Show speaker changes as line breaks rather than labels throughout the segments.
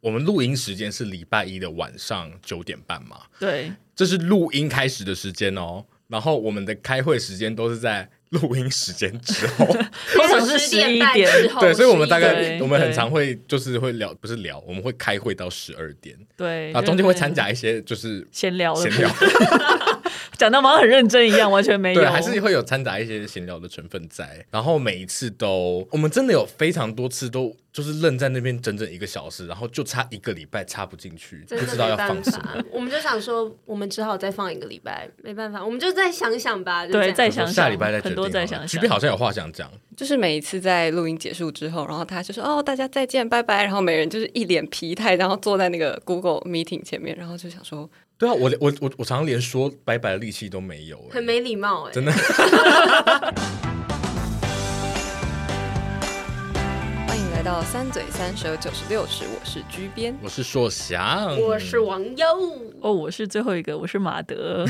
我们录音时间是礼拜一的晚上九点半嘛，
对，
这是录音开始的时间哦。然后我们的开会时间都是在录音时间之 后，
通常是
十
11
半
点
之后，
对，所以我们大
对
概
对
我们很常会就是会聊，不是聊，我们会开会到十二点
对
啊，中间会掺
加
杂一些就是
闲聊的部
闲
分，
聊，
讲到好像很认真一样，完全没 有，
对，还是会有掺杂一些闲聊的成分在。然后每一次都，我们真的有非常多次都就是愣在那边整整一个小时，然后就差一个礼拜插不进去，
真
不
的
知道要放
没
什
办
么
法。。我们就想说，我们只好再放一个礼拜，没办法，我们就再想想吧。就这
对，
样
再
想
想
说
想
下礼拜再决
很
定好
多
了。
再想
举
想
碧。好像有话想讲，
就是每一次在录音结束之后，然后他就说：“哦，大家再见，拜拜。”然后每人就是一脸疲态，然后坐在那个 Google Meeting 前面，然后就想说
对啊，我我我我常常连说拜拜的力气都没有、欸，
很没礼貌哎、
真的。：“
欢迎来到三嘴三舌九十六尺，我是居边。
我是硕翔，
我是王优，
哦，我是最后一个，我是 马德。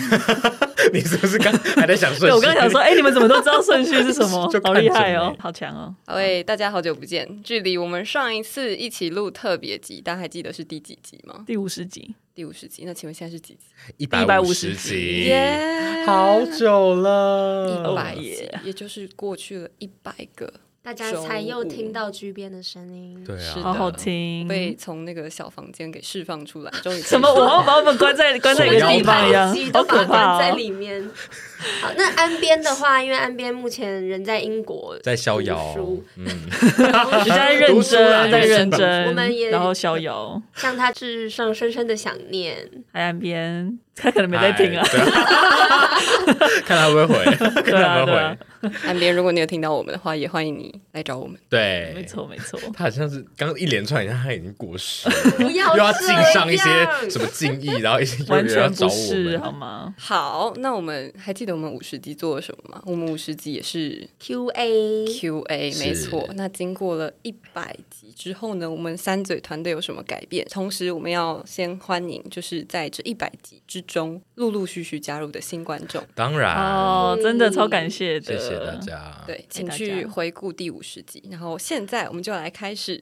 你是不是刚还在想顺
对，
序？
我刚刚想说，哎、你们怎么都知道顺序是什么
就？看
好
准
厉害哦
欸，
好强哦！”
好喂，大家好久不见！距离我们上一次一起录特别集，大家还记得是第几集吗？
第五十集，
第五十集。那请问现在是几集？
一
150
集，
耶
好久
一
了，
百
哦
集
耶，
也就是过去了一百个，
大家才又听到居边的声音。
对啊，
是的
好好听。
被从那个小房间给释放出来，终于可以
嗯 什么？我要把我们关在关在一个
手摇
地方一样
一集，
好
都把
可
它
怕、
关在
哦！
里面。好，那安边的话，因为安边目前人在英国，
在逍遥
读书，
嗯，
人家在认
读书啦
真，啊在认真，
我们也
然后逍遥，
向他致上深深的想 念。
海岸边，他可能没在听啊
哎。对 看他会不会回，
对
看他
啊，
会不
对
会
啊
回，，
岸边，如果你有听到我们的话，也欢迎你来找我们。
对，
没。错没 错。
他好像是刚刚一连串，像他已经过世了，
不要
又要
这
敬
样
上一些什么敬意，然后一些又有
完
人要
全
找
不
我
是好
们。
吗？
好，那我们还记得我们五十集做了什么吗？我们五十集也是
Q&A。
Q&A，
嗯
是
没错。那经过了一百集之后呢，我们三嘴团队有什么改变？同时，我们要先欢迎，就是在这一百集之中，陆陆续续加入的新观众。
当然，
哦，真的超感谢
谢
的，
谢大。家。
对，
谢
请
啊大
去
家
回顾第五十集。然后现在我们就来 开始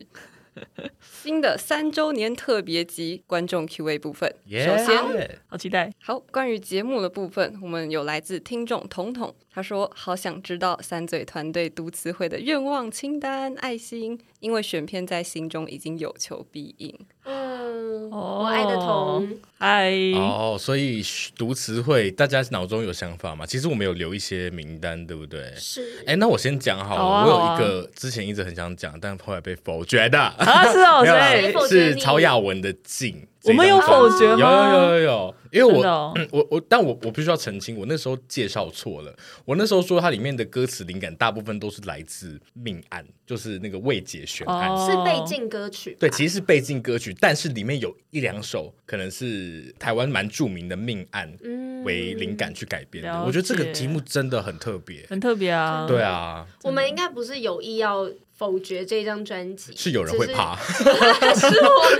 新的三周年特别集观众 Q&A 部分。
耶，
首先，
好期待！
好，关于节目的部分，我们有来自听众彤彤，他说好想知道三嘴团队读词会的愿望清单，爱心，因为选片在心中已经有求必应。
嗯，
哦
我爱的童，
嗨，
哦，所以读词汇，大家脑中有想法吗？其实我们有留一些名单，对不对？
是
哎，那我先讲好了，
好啊好啊
我有一个之前一直很想讲，但后来被否决的。
啊，是 哦，
没有
所
啦
以
否决
是
你
曹雅文的《镜》这
我
一张专辑，
们有否决吗？
有有有有有，因为我
真的哦
嗯 我我，但我我必须要澄清，我那时候介绍错了。我那时候说它里面的歌词灵感大部分都是来自命案，就是那个未解悬案。
哦
是被禁歌曲吧，
哦对，其实是背景歌曲，但是里面有一两首可能是台湾蛮著名的命案
嗯
为灵感去改编的。
了
我觉得这个
解
题目真的很特别。
很特别
嗯
啊。
对啊，
我们应该不是有意要否决这张专辑，
是有人会怕，
只是，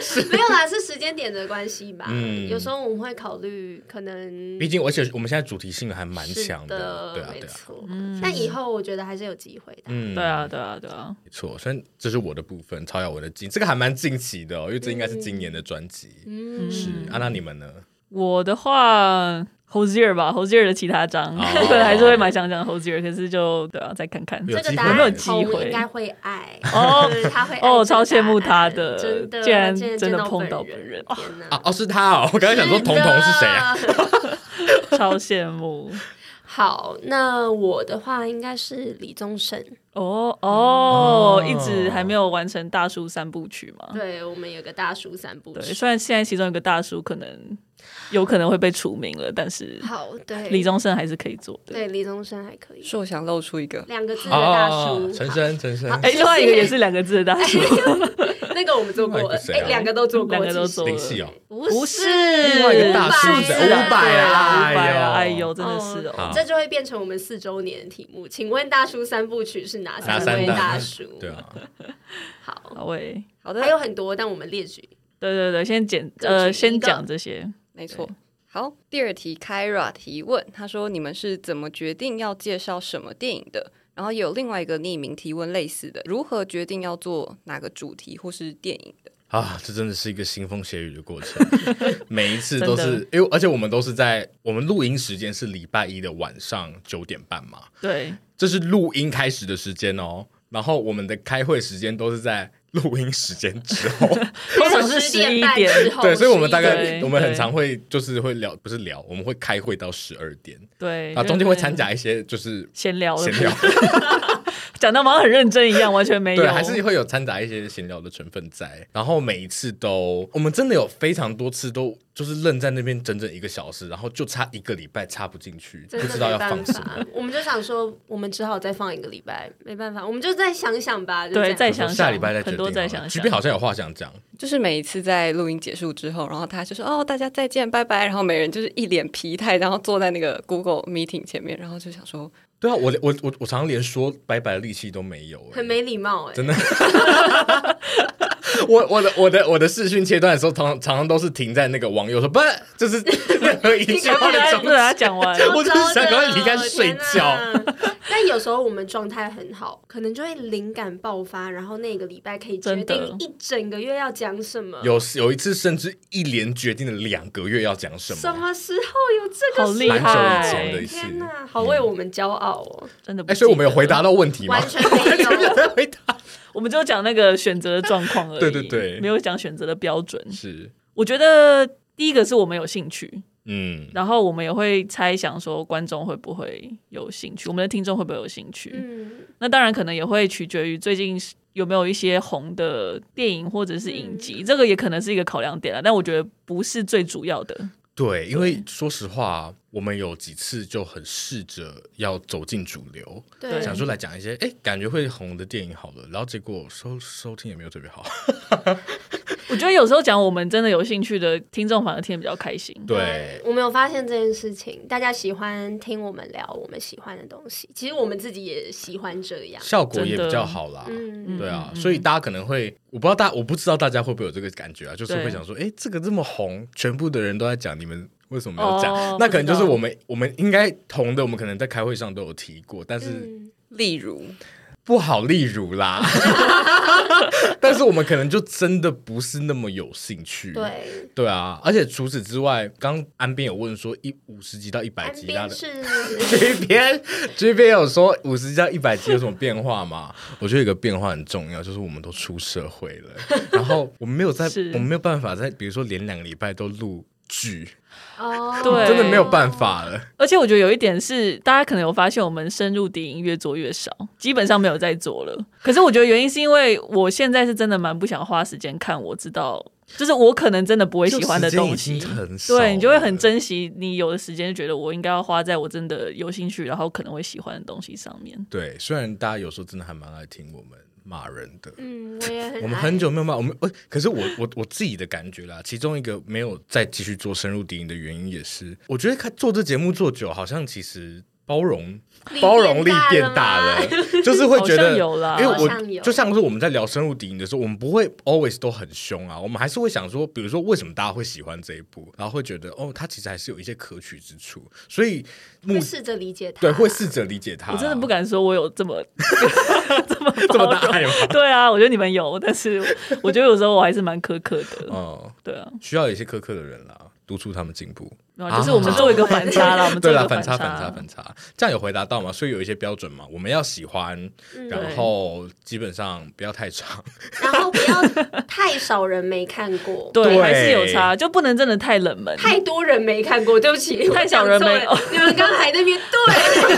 是我 没有啦，是时间点的关系吧。
嗯
有时候我们会考虑可能
毕竟而且我们现在主题性还蛮
是
强
的，
对啊
没
对啊，
错
嗯。
但以后我觉得还是有机会的。
嗯，
对啊，对啊，对啊，
没错，所以这是我的部分，曹雅文的近，这个还蛮近期的、哦，因为这应该是今年的专辑。
嗯，
是
嗯
啊，那你们呢？
我的话，Hosier 吧，Hosier 的其他章，
哦
我可能还是会蛮想讲 Hosier，可是就对啊，再看看。
有
这个
机
答
会
案
没有
机会
我应该会爱
哦
就是他会爱
哦，
这个
超羡慕
答
他
案
的，
真的，
竟然
见
真的
到
碰到
本
本人，哦
天哪！
啊，哦，是他哦，我刚才想说
是
彤彤是谁啊？
的？
超羡慕。
好，那我的话应该是李宗盛，
哦哦
哦，
一直还没有完成大叔三部曲嘛？
对我们有个大叔三部
嗯对，
曲。
虽然现在其中一个大叔可能有可能会被除名了，但是
好，对，
李宗盛还是可以做的。
对李宗盛还可以，
硕想露出一个
两个字的啊
哦
大
哦，
叔，
哦陈升，陈升
好，
哎，另哎外一个也是两个字的大叔，
那个我们做过
另外一个，谁
哎
啊，
两个都做过，
两个都
其实
做了
林。夕哦，
不
不
是
另外一个大叔
是谁
五百
伍
啊，
佰啊
五百啊，哎
哎呦
呦，真的是哦
好。
这就会变成我们四周年的题目。请问大叔三部曲是哪
拿
位
三
大叔？
对啊，
好，
好喂，
好
还有很多，但我们列举。
对对对，先简
各取一
呃，
个
先讲这些。
没错。好，第二题，Kyra 提问，他说：“你们是怎么决定要介绍什么电影的？”然后有另外一个匿名提问类似的，如何决定要做哪个主题或是电影的？
啊，这真的是一个腥风血雨的过 程，每一次都
真
是因为，而且我们都是在我们录音时间是礼拜一的晚上九点半嘛，
对，
这是录音开始的时间哦。然后我们的开会时间都是在录音时间之后，
通常是
10
11
半
点
之后
对，所以我们大
11
概
对
我们很
对
常会就是会聊，不是聊，我们会开会到十二点，
对，
啊，
就
中间会
是
掺杂一些就是
闲聊的
闲聊，
讲到好像很认真一样，完全没有，
对，还是会有掺杂一些闲聊的成分在。然后每一次都，我们真的有非常多次都就是愣在那边整整一个小时，然后就差一个礼拜插不进去，不
真的
知道
没
要
办
放什么
法。，我们就想说，我们只好再放一个礼拜，没办法，我们就再想想吧。就
对
这样
再
想
想
说下礼拜再决
很
定好
多
了。
再想想
即便好像有话想讲，
就是每一次在录音结束之后，然后他就说：“哦，大家再见，拜拜。”然后每人就是一脸疲态，然后坐在那个 Google Meeting 前面，然后就想说
对啊，我我我我常常连说拜拜的力气都没有、欸，
很没礼貌哎、
真的。 我我的我的我的视讯切断的时候，常常常都是停在那个网友说不，就是任何一句
不
话的
然
中
不然他讲完，
我就是想赶快离开睡觉
哦天哪。 但有时候我们状态很好，可能就会灵感爆发，然后那个礼拜可以决
真的
定一整个月要讲什么。
有有一次甚至一连决定了两个月要讲什
什
么，
么时候有这个
好
事
厉害
蛮久以前的一次。
哎天哪，好为我们骄傲哦！
真的不
哎，所以我
记
们有
得
回答，到问题吗？
完全没有
完全没有 回答。
我们就讲那个选择的状况而已，
对对对
没有讲选择的标准。
是，
我觉得第一个是我们有兴趣，
嗯，
然后我们也会猜想说观众会不会有兴趣，我们的听众会不会有兴趣。
嗯，
那当然可能也会取决于最近是有没有一些红的电影或者是影集，这个也可能是一个考量点了。但我觉得不是最主要的，
对，因为说实话，我们有几次就很试着要走进主流，
对，
想说来讲一些哎感觉会红的电影好了，然后结果收收听也没有特别 好。
我觉得有时候讲我们真的有兴趣的听众反而听得比较开心。
对，
我们有发现这件事情，大家喜欢听我们聊我们喜欢的东西，其实我们自己也喜欢这样。
效果也
真的
比较好啦。
嗯，
对啊，所以大家可能会，我不知道大，我不知道大家会不会有这个感觉啊，就是
对
会想说，哎，这个这么红，全部的人都在讲，你们为什么没有讲？
哦
那可能就是
不知道
我们我们应该红的，我们可能在开会上都有提过，但是
嗯
例如
不好例如 啦。但是我们可能就真的不是那么有兴趣。
对，
对啊，而且除此之外，刚安边有问说一五十集到一百
安
集，大
边
的。
是
这边这边有说五十加一百集有什么变化吗？我觉得有一个变化很重要，就是我们都出社会 了，然后我们没有在
是，
我们没有办法在，比如说连两个礼拜都录剧，
哦，
对
真的没有办法了。
而且我觉得有一点是，大家可能有发现，我们深入敌营越做越少，基本上没有在做了。可是我觉得原因是因为我现在是真的蛮不想花时间看，我知道。就是我可能真的不会喜欢的
就
东西
时间已经很，少
对你就会很
了
珍惜你有的时间，就觉得我应该要花在我真的有兴趣，然后可能会喜欢的东西上面。
对，虽然大家有时候真的还蛮爱听我们骂人的。
嗯，我也 很
我们
爱
很久没有骂我们，呃，可是我我我自己的感觉啦，其中一个没有再继续做深入敌营的原因，也是我觉得看做这节目做久，好像其实包容
力
包容力变大
大
了
了，
就是会觉
好
得
像有啦
因为
好像
我
有
就像是我们在聊深入敌营的时候，我们不会 always 都很凶啊，我们还是会想说，比如说为什么大家会喜欢这一部，然后会觉得哦，它其实还是有一些可取之处，所以目
会试着理解他，
对会试着理解它。
我真的不敢说我有这么这么
这么
包
大
容
爱 吗？
对啊，我觉得你们有，但是我觉得有时候我还是蛮苛刻的。
嗯，
对啊，
需要有一些苛刻的人啦，督促他们进步。
没有，就是我们做一个反差啦，我们做
啊对
一
啦，
个
反
差
差反差反差，这样有回答到吗？所以有一些标准嘛，我们要喜欢，
嗯
然
对
后基本上不要太长，
然后不要太少人没看过，
对，
对
还是有差，就不能真的太冷门。
太多人没看过，对不 起，
太少人没
我讲错了你们刚才那边对，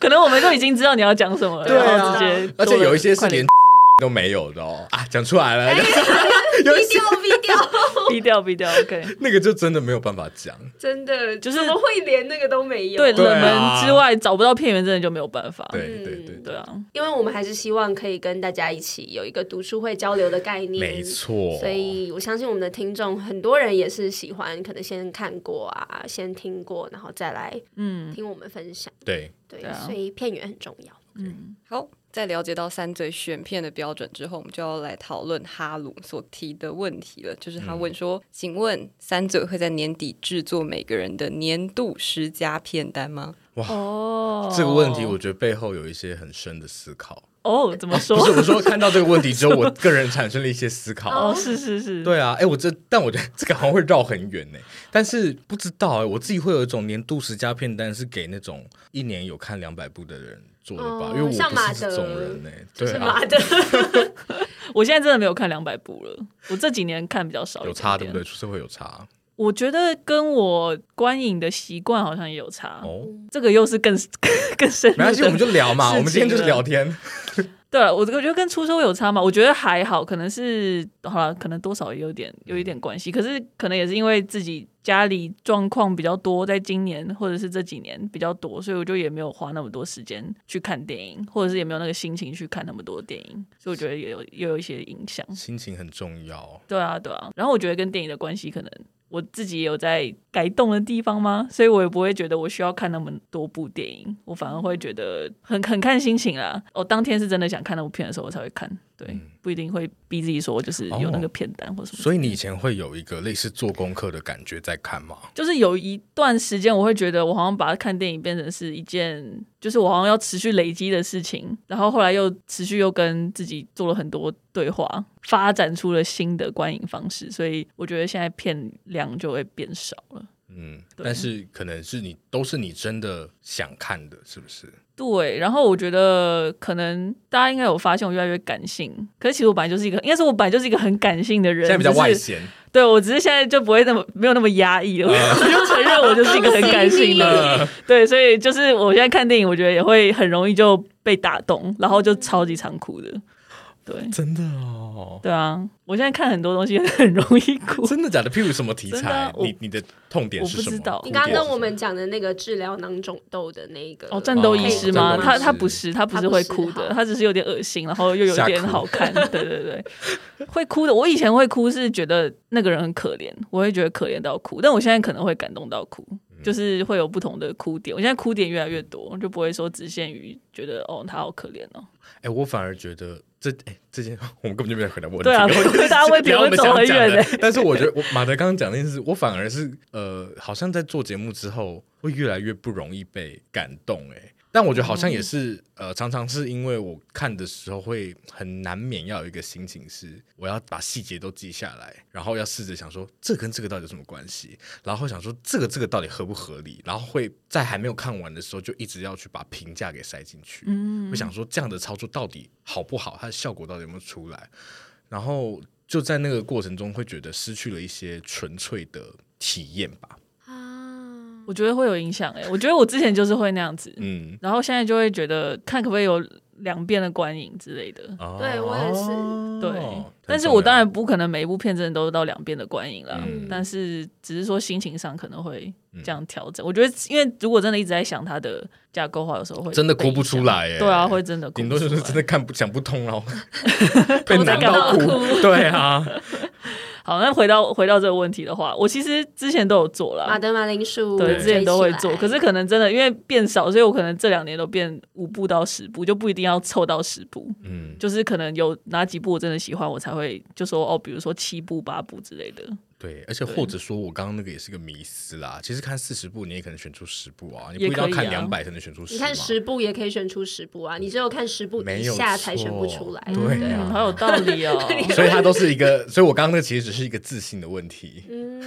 可能我们都已经知道你要讲什么了，
对啊
然后直接多了，
而且有一些是
快
连
点
都没有的哦啊，讲出来了，
哎
有一
低
些
调低调，
逼掉逼掉，OK。
那个就真的没有办法讲。
真的
就是
怎么会连那个都没有？
对，
对
冷
啊
门之外找不到片源，真的就没有办法。
对
嗯
对对，
对啊，
因为我们还是希望可以跟大家一起有一个读书会交流的概念，
没。错。
所以我相信我们的听众很多人也是喜欢，可能先看过啊，先听过，然后再来
嗯，
听我们分享。
对，
对，
对啊
所以片源很重要。
好，在了解到三嘴选片的标准之后，我们就要来讨论哈鲁所提的问题了。就是他问说：“请问三嘴会在年底制作每个人的年度十佳片单吗
哦
这个问题，我觉得背后有一些很深的思考。
哦怎么说
不？是我说看到这个问题之后，我个人产生了一些思考。
哦，是是是，
对啊，哎，我这但我觉得 这个好像会绕很远呢。但是不知道哎，我自己会有一种年度十佳片单是给那种一年有看两百部的人做的吧，
哦
因为我
像
不
马
是这种
德
人呢。
就
对
是
啊
马，的，
我现在真的没有看两百部了，我这几年看比较少，
有差对不对？？出社会有差
我觉得跟我观影的习惯好像也有差，
哦。
嗯
这个又是更 更深入
没
的。
关 系，我们就聊嘛。
事情
我们今天就是
了
聊天。
对啊了，我我觉得跟出收有差嘛，我觉得还好，可能是好了，可能多少也有点有一点关系，可是可能也是因为自己家里状况比较多，在今年或者是这几年比较多，所以我就也没有花那么多时间去看电影，或者是也没有那个心情去看那么多电影，所以我觉得也有也有一些影响。
心情很重要。
对啊，对啊。然后我觉得跟电影的关系，可能我自己也有在改动的地方吗？所以我也不会觉得我需要看那么多部电影，我反而会觉得很很看心情啦。我、当天是真的想看那部片的时候，我才会看。对，不一定会逼自己说，就是有那个片单或什么。
嗯哦所以你以前会有一个类似做功课的感觉在看吗？
就是有一段时间，我会觉得我好像把看电影变成是一件，就是我好像要持续累积的事情。然后后来又持续又跟自己做了很多对话，发展出了新的观影方式。所以我觉得现在片量就会变少了。
嗯，
对
但是可能是你都是你真的想看的，是不是？
对，然后我觉得可能大家应该有发现我越来越感性，可是其实我本来就是一个，应该是我本来就是一个很感性的人，
现在比较外
只是
显，
对我只是现在就不会那么没有那么压抑了，我 就承认我就是一个很感性的人。
呃，
对，所以就是我现在看电影，我觉得也会很容易就被打动，然后就超级常哭的。对，
真的哦，
对啊，我现在看很多东西很容易哭。
真的假的？譬如什么题
真的
材
啊？我
你你的痛点是什么？
我不知道
你刚刚跟我们讲的那个治疗囊肿痘的那一个
哦，战斗
医
医
师
师
吗
吗？
哦
他
战斗
他
医师
不是，他不是
他不
会
是
哭的，
好
他只是有点恶心，然后又有一点
吓哭
好看。对对对，会哭的。我以前会哭是觉得那个人很可怜，我会觉得可怜到哭，但我现在可能会感动到哭，就是会有不同的哭点。我现在哭点越来越多，就不会说只限于觉得哦他好可怜哦。
哎、我反而觉得这哎、这件 我们根本就没有回答问题，
对啊
我就是
回答问题
聊我
我
们
们走
想
很
讲
远
的
欸。
但是我觉得我马德刚刚讲的意思是，我反而是呃，好像在做节目之后会越来越不容易被感动哎、但我觉得好像也是、呃，常常是因为我看的时候会很难免要有一个心情是，我要把细节都记下来，然后要试着想说这跟这个到底有什么关系，然后想说这个这个到底合不合理，然后会在还没有看完的时候就一直要去把评价给塞进去。
嗯
会，想说这样的操作到底好不好，它的效果到底有没有出来，然后就在那个过程中会觉得失去了一些纯粹的体验吧。
啊，
我觉得会有影响诶、欸我觉得我之前就是会那样子，
嗯，
然后现在就会觉得看可不可以有两遍的观影之类的。
对我也是
哦对，
哦
但是我当然不可能每一部片真的都到两遍的观影啦，
嗯
但是只是说心情上可能会这样调整。我觉得，因为如果真的一直在想它的架构化，有时候会
真的哭
被
不
影响
出。来耶。
对啊，会真的哭不
顶
出
多
来，
就是真的看不想不通， 然后被
头在
难
干
到
嘛
哭
哭。
对啊，
好，那回到回到这个问题的话，我其实之前都有做啦，
马德马铃薯，
对，之前都会
啊追
做，
起来
可是可能真的因为变少，所以我可能这两年都变五部到十部，就不一定要凑到十部，
嗯，
就是可能有哪几部我真的喜欢，我才会就说哦，比如说七部、八部之类的。
对，而且或者说我刚刚那个也是个迷思啦。其实看四十部你也可能选出十部啊，你不一定
也可
要
以
看
啊
两百才能选出十。
你看十，部也可以选出十部啊，你只有看十部
没
以
有
下才选不
错
出来。
对 啊
嗯，好有道理 哦。
所以它都是一个，所以我刚刚那个其实只是一个自信的问题。
嗯，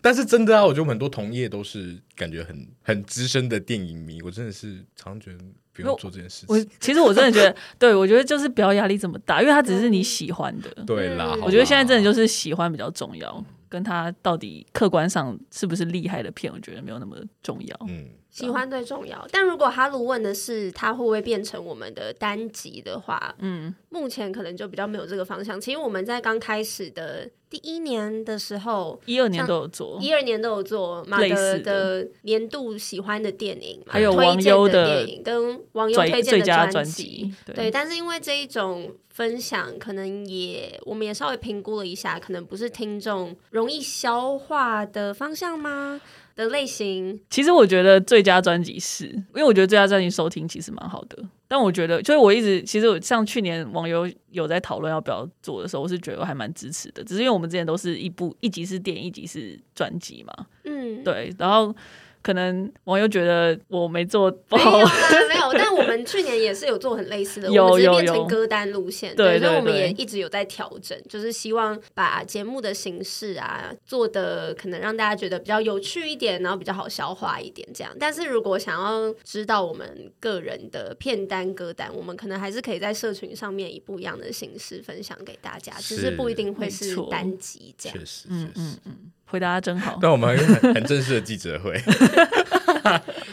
但是真的啊，我觉得很多同业都是感觉很很资深的电影迷，我真的是常觉得不用做这件事
我
情。
其实我真的觉 得，对我觉得就是不要压力这么大，因为它只是你喜欢的。
对啊啦，
嗯
好
我觉得
啦
现在真的就是喜欢比较重要，跟它到底客观上是不是厉害的片，我觉得没有那么重要。
嗯，
喜欢最重要。但如果哈鲁问的是它会不会变成我们的单集的话，
嗯，
目前可能就比较没有这个方向。其实我们在刚开始的第一年的时候。
一二年都有做，
一二年都有做马
类
德
似
的年度喜欢的电影嘛，
还有
推
网
荐
友
的
的
电影跟网友推
最
荐
最
的
佳
专
专
辑，
辑，
对，，但是因为这一种分享，可能也我们也稍微评估了一下，可能不是听众容易消化的方向吗？的类型，
其实我觉得最佳专辑是，因为我觉得最佳专辑收听其实蛮好的。但我觉得，就是我一直其实我像去年网友有在讨论要不要做的时候，我是觉得我还蛮支持的。只是因为我们之前都是一部一集是电影，一集是专辑嘛，
嗯，
对。然后可能网友觉得我没做不
没
好
有，啦，没有。但我们去年也是 有做很类似的，
有
我们只是
有
变
有
成歌单路线，
对
所以
对
我们
对
也一直有在调整，就是希望把节目的形式啊做的可能让大家觉得比较有趣一点，然后比较好消化一点这样。但是如果想要知道我们个人的片单歌单，我们可能还是可以在社群上面以不一样的形式分享给大家，只是
是
不一定会
没
是
错
单集这样
确。实，确实。
嗯
回答得真好。
但我们还有一个很很正式的记者 会，
啊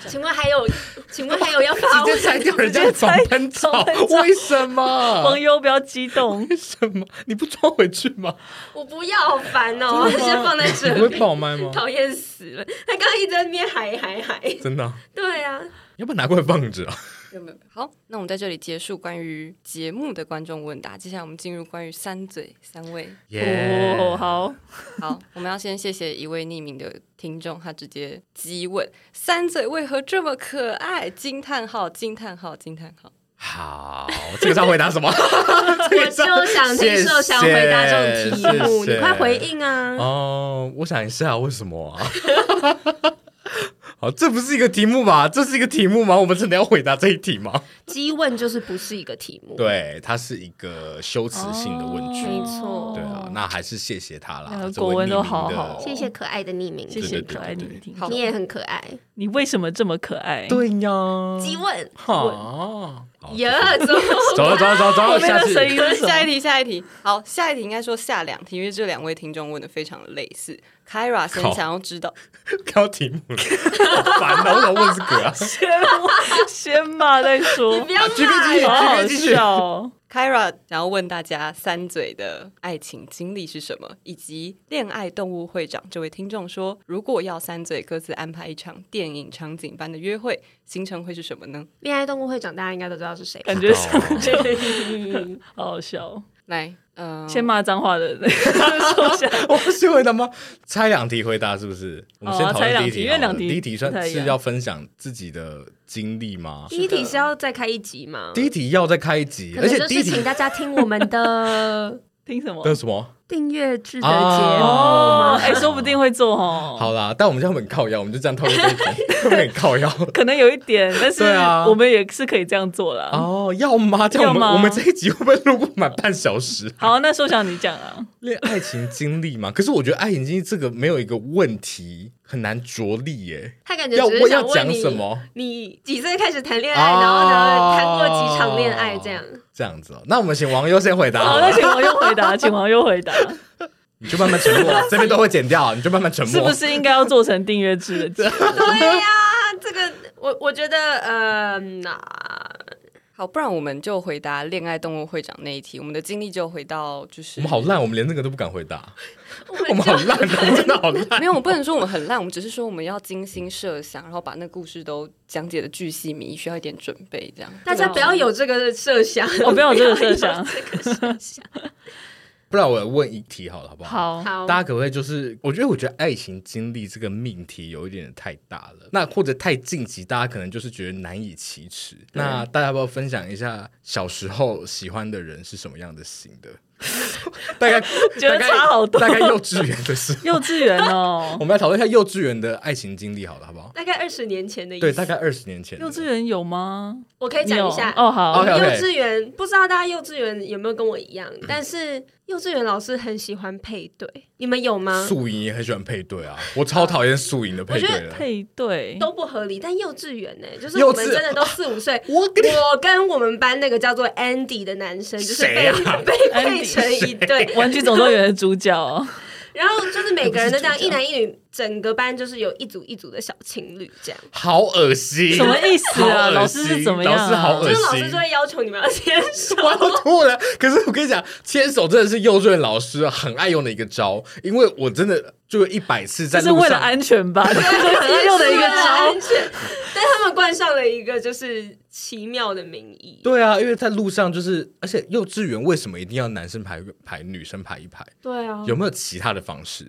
请问还有，请问还有要 发
直
问
接拆掉人家的防喷罩
防喷，罩
为什么
网？友不要激 动，
为什么？你不装回去吗？
我不要，好烦哦、
真的吗
先放在这
你
里
会。爆麦吗？
讨厌死了！他刚刚一直在那边喊喊喊。
真的啊、
对啊，
要不要拿过来放 着啊？
有没有？好，那我们在这里结束关于节目的观众问答。接下来我们进入关于三嘴三位。
哦，好，
好，我们要先谢谢一位匿名的听众，他直接激问三嘴为何这么可爱？惊叹号！惊叹号！惊叹号！
好，这个是要回答 什么？这
我
个是要
就想听受想回答这种题目，你快回。
谢谢谢谢
应
嗯
啊！
哦，我想一下，为什么啊？ 好，这不是一个题目吧？这是一个题目吗？我们真的要回答这一题吗？
激问就是不是一个题目，
对，它是一个修辞性的问句，
没
哦
错
对啊，那还是谢谢他啦。
那个
这位
嗯国文都
匿名
好
的
好
谢谢可爱的匿名，
谢
对对
谢
对
可爱
对
你
对
听，
好
你也很可爱。
你为什么这么可爱？
对呀，
激问，
哈，好
呀，怎么
走了走了走了走
后
了，
面
下
的 声
去。
音是什么
下一题，下一题。好，下一题应该说下两题，因为这两位听众问的非常类似。Kyra 先
好
想要知道，
挑题目了，好烦啊！我想问这个 啊。
先 先骂再说，
不要
继续继续
好好
继续继续
笑哦。
Kyra 想要问大家三嘴的爱情经历是什么，以及恋爱动物会长这位听众说，如果要三嘴各自安排一场电影场景般的约会，行程会是什么呢？
恋爱动物会长，大家应该都知道是谁吧。
感 觉上
不知哦
就好好笑哦。
来，呃，
先骂脏话的人 说下，
我不是回答吗？猜两题回答是不是？我们先讨
哦猜
论
两
第一
题
题好了，
因为两题啊
第一题
不太
算
一样
是要分享自己的经历吗？
第一题是要再开一集吗？
第一题要再开一集，
可
而
能
且
就
第一
是
题
请大家听我们的
听什么？
的什么？
订阅制的节目。
哦
哦，哎，说不定会做哦。
好啦，但我们就很靠腰，我们就这样套路 这一题，会不会很靠腰。
可能有一点，但是
对啊
我们也是可以这样做啦。
哦，要吗？这样我
嗯要
们
吗
我们这一集会不会录不满半小时？
好，那说想你讲啊，
恋爱情经历嘛，可是我觉得爱情经历这个没有一个问题，很难着力耶。
他感觉
要
只是
我要
想问
讲
你
什么？
你几岁开始谈恋爱？然后
哦
呢，谈过几场恋爱？这样
这样子哦，那我们请王优先回答好
好，
了
那。请网友 回答，请网友回答，
你就慢慢 沉默，这边都会剪掉，你就慢慢沉默。
是不是应该要做成订阅制 的节目？
对呀、这个我我觉得，呃，那
好，不然我们就回答恋爱动物会长那一题，我们的经历就回到就是
我们好烂，我们连那个都不敢回答，我
我
们
们
好
就
烂，我们真的好烂。
没有，我不能说我们很烂，我们只是说我们要精心设想，然后把那故事都讲解的巨细靡遗，需要一点准备。这样，
大家不要有这个设想，
哦
我哦不要有这个设 想
不
啊
要有这个设想。
不然我问一题好了，好不好？
好，
好，
大家可不可以就是，我觉得我觉得爱情经历这个命题有一点太大了，那或者太晋级，大家可能就是觉得难以启齿。那大家要不要分享一下小时候喜欢的人是什么样的型的？大 概
觉
大
得
概
差好多
大概幼稚园的时候，
幼稚园哦
我，们来讨论一下幼稚园的爱情经历好了，好不好？
大概二十年前的意思。
对，大概二十年前的。
哎幼稚园有吗？
我可以讲一下
你有哦，好，
OK
幼稚园不知道大家幼稚园有没有跟我一 样，但是幼稚园老师很喜欢配对，你们有
啊
吗？
宿营也很喜欢配对啊，我超讨厌宿营的配对
我觉
的。
配对，
都不合理，但幼稚园呢、就是
幼
我
稚。
们真的都四五岁
我跟你
我跟我们班那个叫做 Andy 的男生，就是被、
谁啊
被配
Andy
成一对，
玩具总动员的主 角哦，
然后就是每个人都这 样，一男一女，整个班就是有一组一组的小情侣这样。
好恶心，
什么意思
好恶
啊？
心
老师是怎么样啊？
老师好恶心
就是老师就会要求你们要牵手，
我 要吐了！可是我跟你讲，牵手真的是幼稚园老师很爱用的一个招，因为我真的就一百次在
这
路
是
上，
为了安全吧？这是很爱用的一个
啊
招
安。啊全，但他们冠上了一个就是奇妙的名义。
对啊，因为在路上就是，而且幼稚园为什么一定要男生排排，女生排一排？
对啊
有没有其他的方式？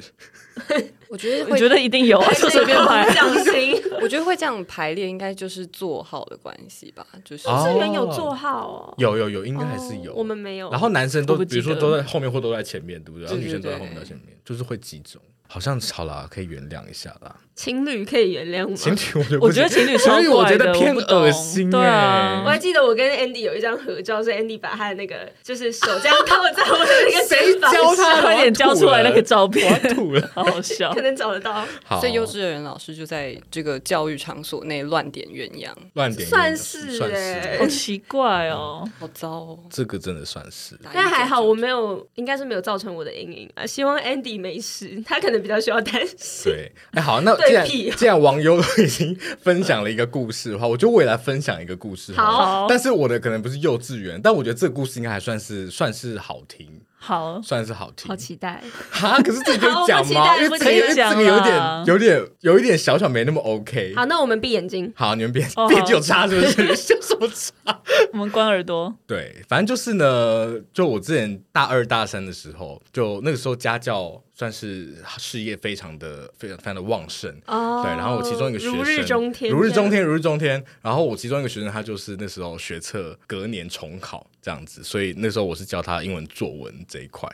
我觉得
我我觉得一定有啊，就随便排。
匠 心，
我觉得会这样排列，应该就是做好的关系吧，就是、
哦
是原有座号哦，
有有有，应该还是
哦
有。
我们没有。
然后男生都
我不
比如
记
说
得
都在后面或都在前面，对不对？然后
对
女生都在
对
后面
对
到前面，就是会集中。好像好啦，可以原谅一下啦。
情侣可以原谅
情
吗？
侣我觉得不
呃我觉得
行
情侣
情
超
侣我觉
怪
得
的，
偏
我不懂
恶心
对
欸
啊
我，还记得我跟 Andy 有一张合照，是 Andy 把他的那个就是手这样套在我的那个肩膀
教他
上，
快点交出来那个照片，
吐 了。
好好笑
可。能找得到，
好，
所以幼稚园老师就在这个教育场所内乱点鸳鸯，
乱点
算
鸳鸯
是
算
欸
好
是，
奇怪哦，
好糟哦。
这个真的算 是。
打一
但还好
九
我没有，应该是没有造成我的阴影啊。希望 Andy 没事，他可能比较需要担心。
对，哎，好，那
对
既然
屁
既然网友都已经分享了一个故事的话，我就我也来分享一个故事了。
好
好
但是我的可能不是幼稚园，但我觉得这个故事应该还算是算是好听，
好，
算是好听。
待，
哈，可是自己可
好
以
我
讲
期
吗？
待
因
我
为
期
这个因为
待
这
讲
个有点
啦
有点有一点小小没那么 OK。
好，那我们闭眼睛。
好，你们别
哦好
别有差是不是？ 笑什么差？
我们关耳朵。
对，反正就是呢，就我之前大二大三的时候，就那个时候家教算是事业非常的非常非常的旺盛。
哦
对，然后我其中一个学生
如日中天，
如日中。天，如日中天。然后我其中一个学生，他就是那时候学测隔年重考这样子，所以那时候我是教他英文作文这一块。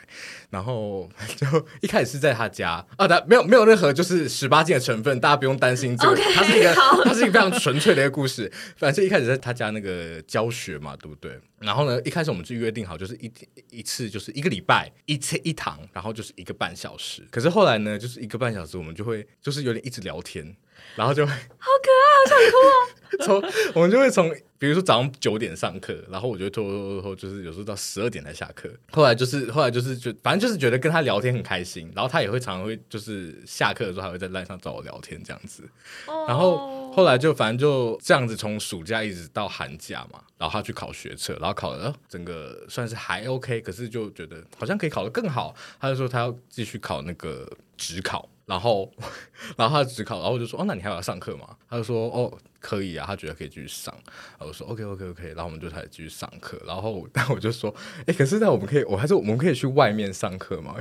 然后就 一开始是在他家啊，他没有没有任何就是十八禁的成分，大家不用担心这个
OK，
它是一个
好
它是一个非常纯粹的一个故事。反正一开始在他家那个教学嘛，对不对？然后呢，一开始我们就约定好，就是一一次就是一个礼拜一次一堂，然后就是一个半小时。可是后来呢，就是一个半小时，我们就会就是有点一直聊天，然后就会 从我们就会从，比如说早上九点上课，然后我就会拖拖拖拖，就是有时候到十二点才下课。后来就是后来就是就反正就是觉得跟他聊天很开心，然后他也会常常会就是下课的时候还会在赖上找我聊天这样子。然后后来就反正就这样子，从暑假一直到寒假嘛，然后他去考学测，然后考了、呃整个算是还 OK，可是就觉得好像可以考得更好，他就说他要继续考那个职考，然后 然后他职考，然后我就说哦，那你还有要上课吗？他就说哦。可以啊，他觉得可以继续上，然后我说 OK OK OK，然后我们就开始继续上课，然后 但我就说，哎、可是那我们可以，我还是我们可以去外面上课吗？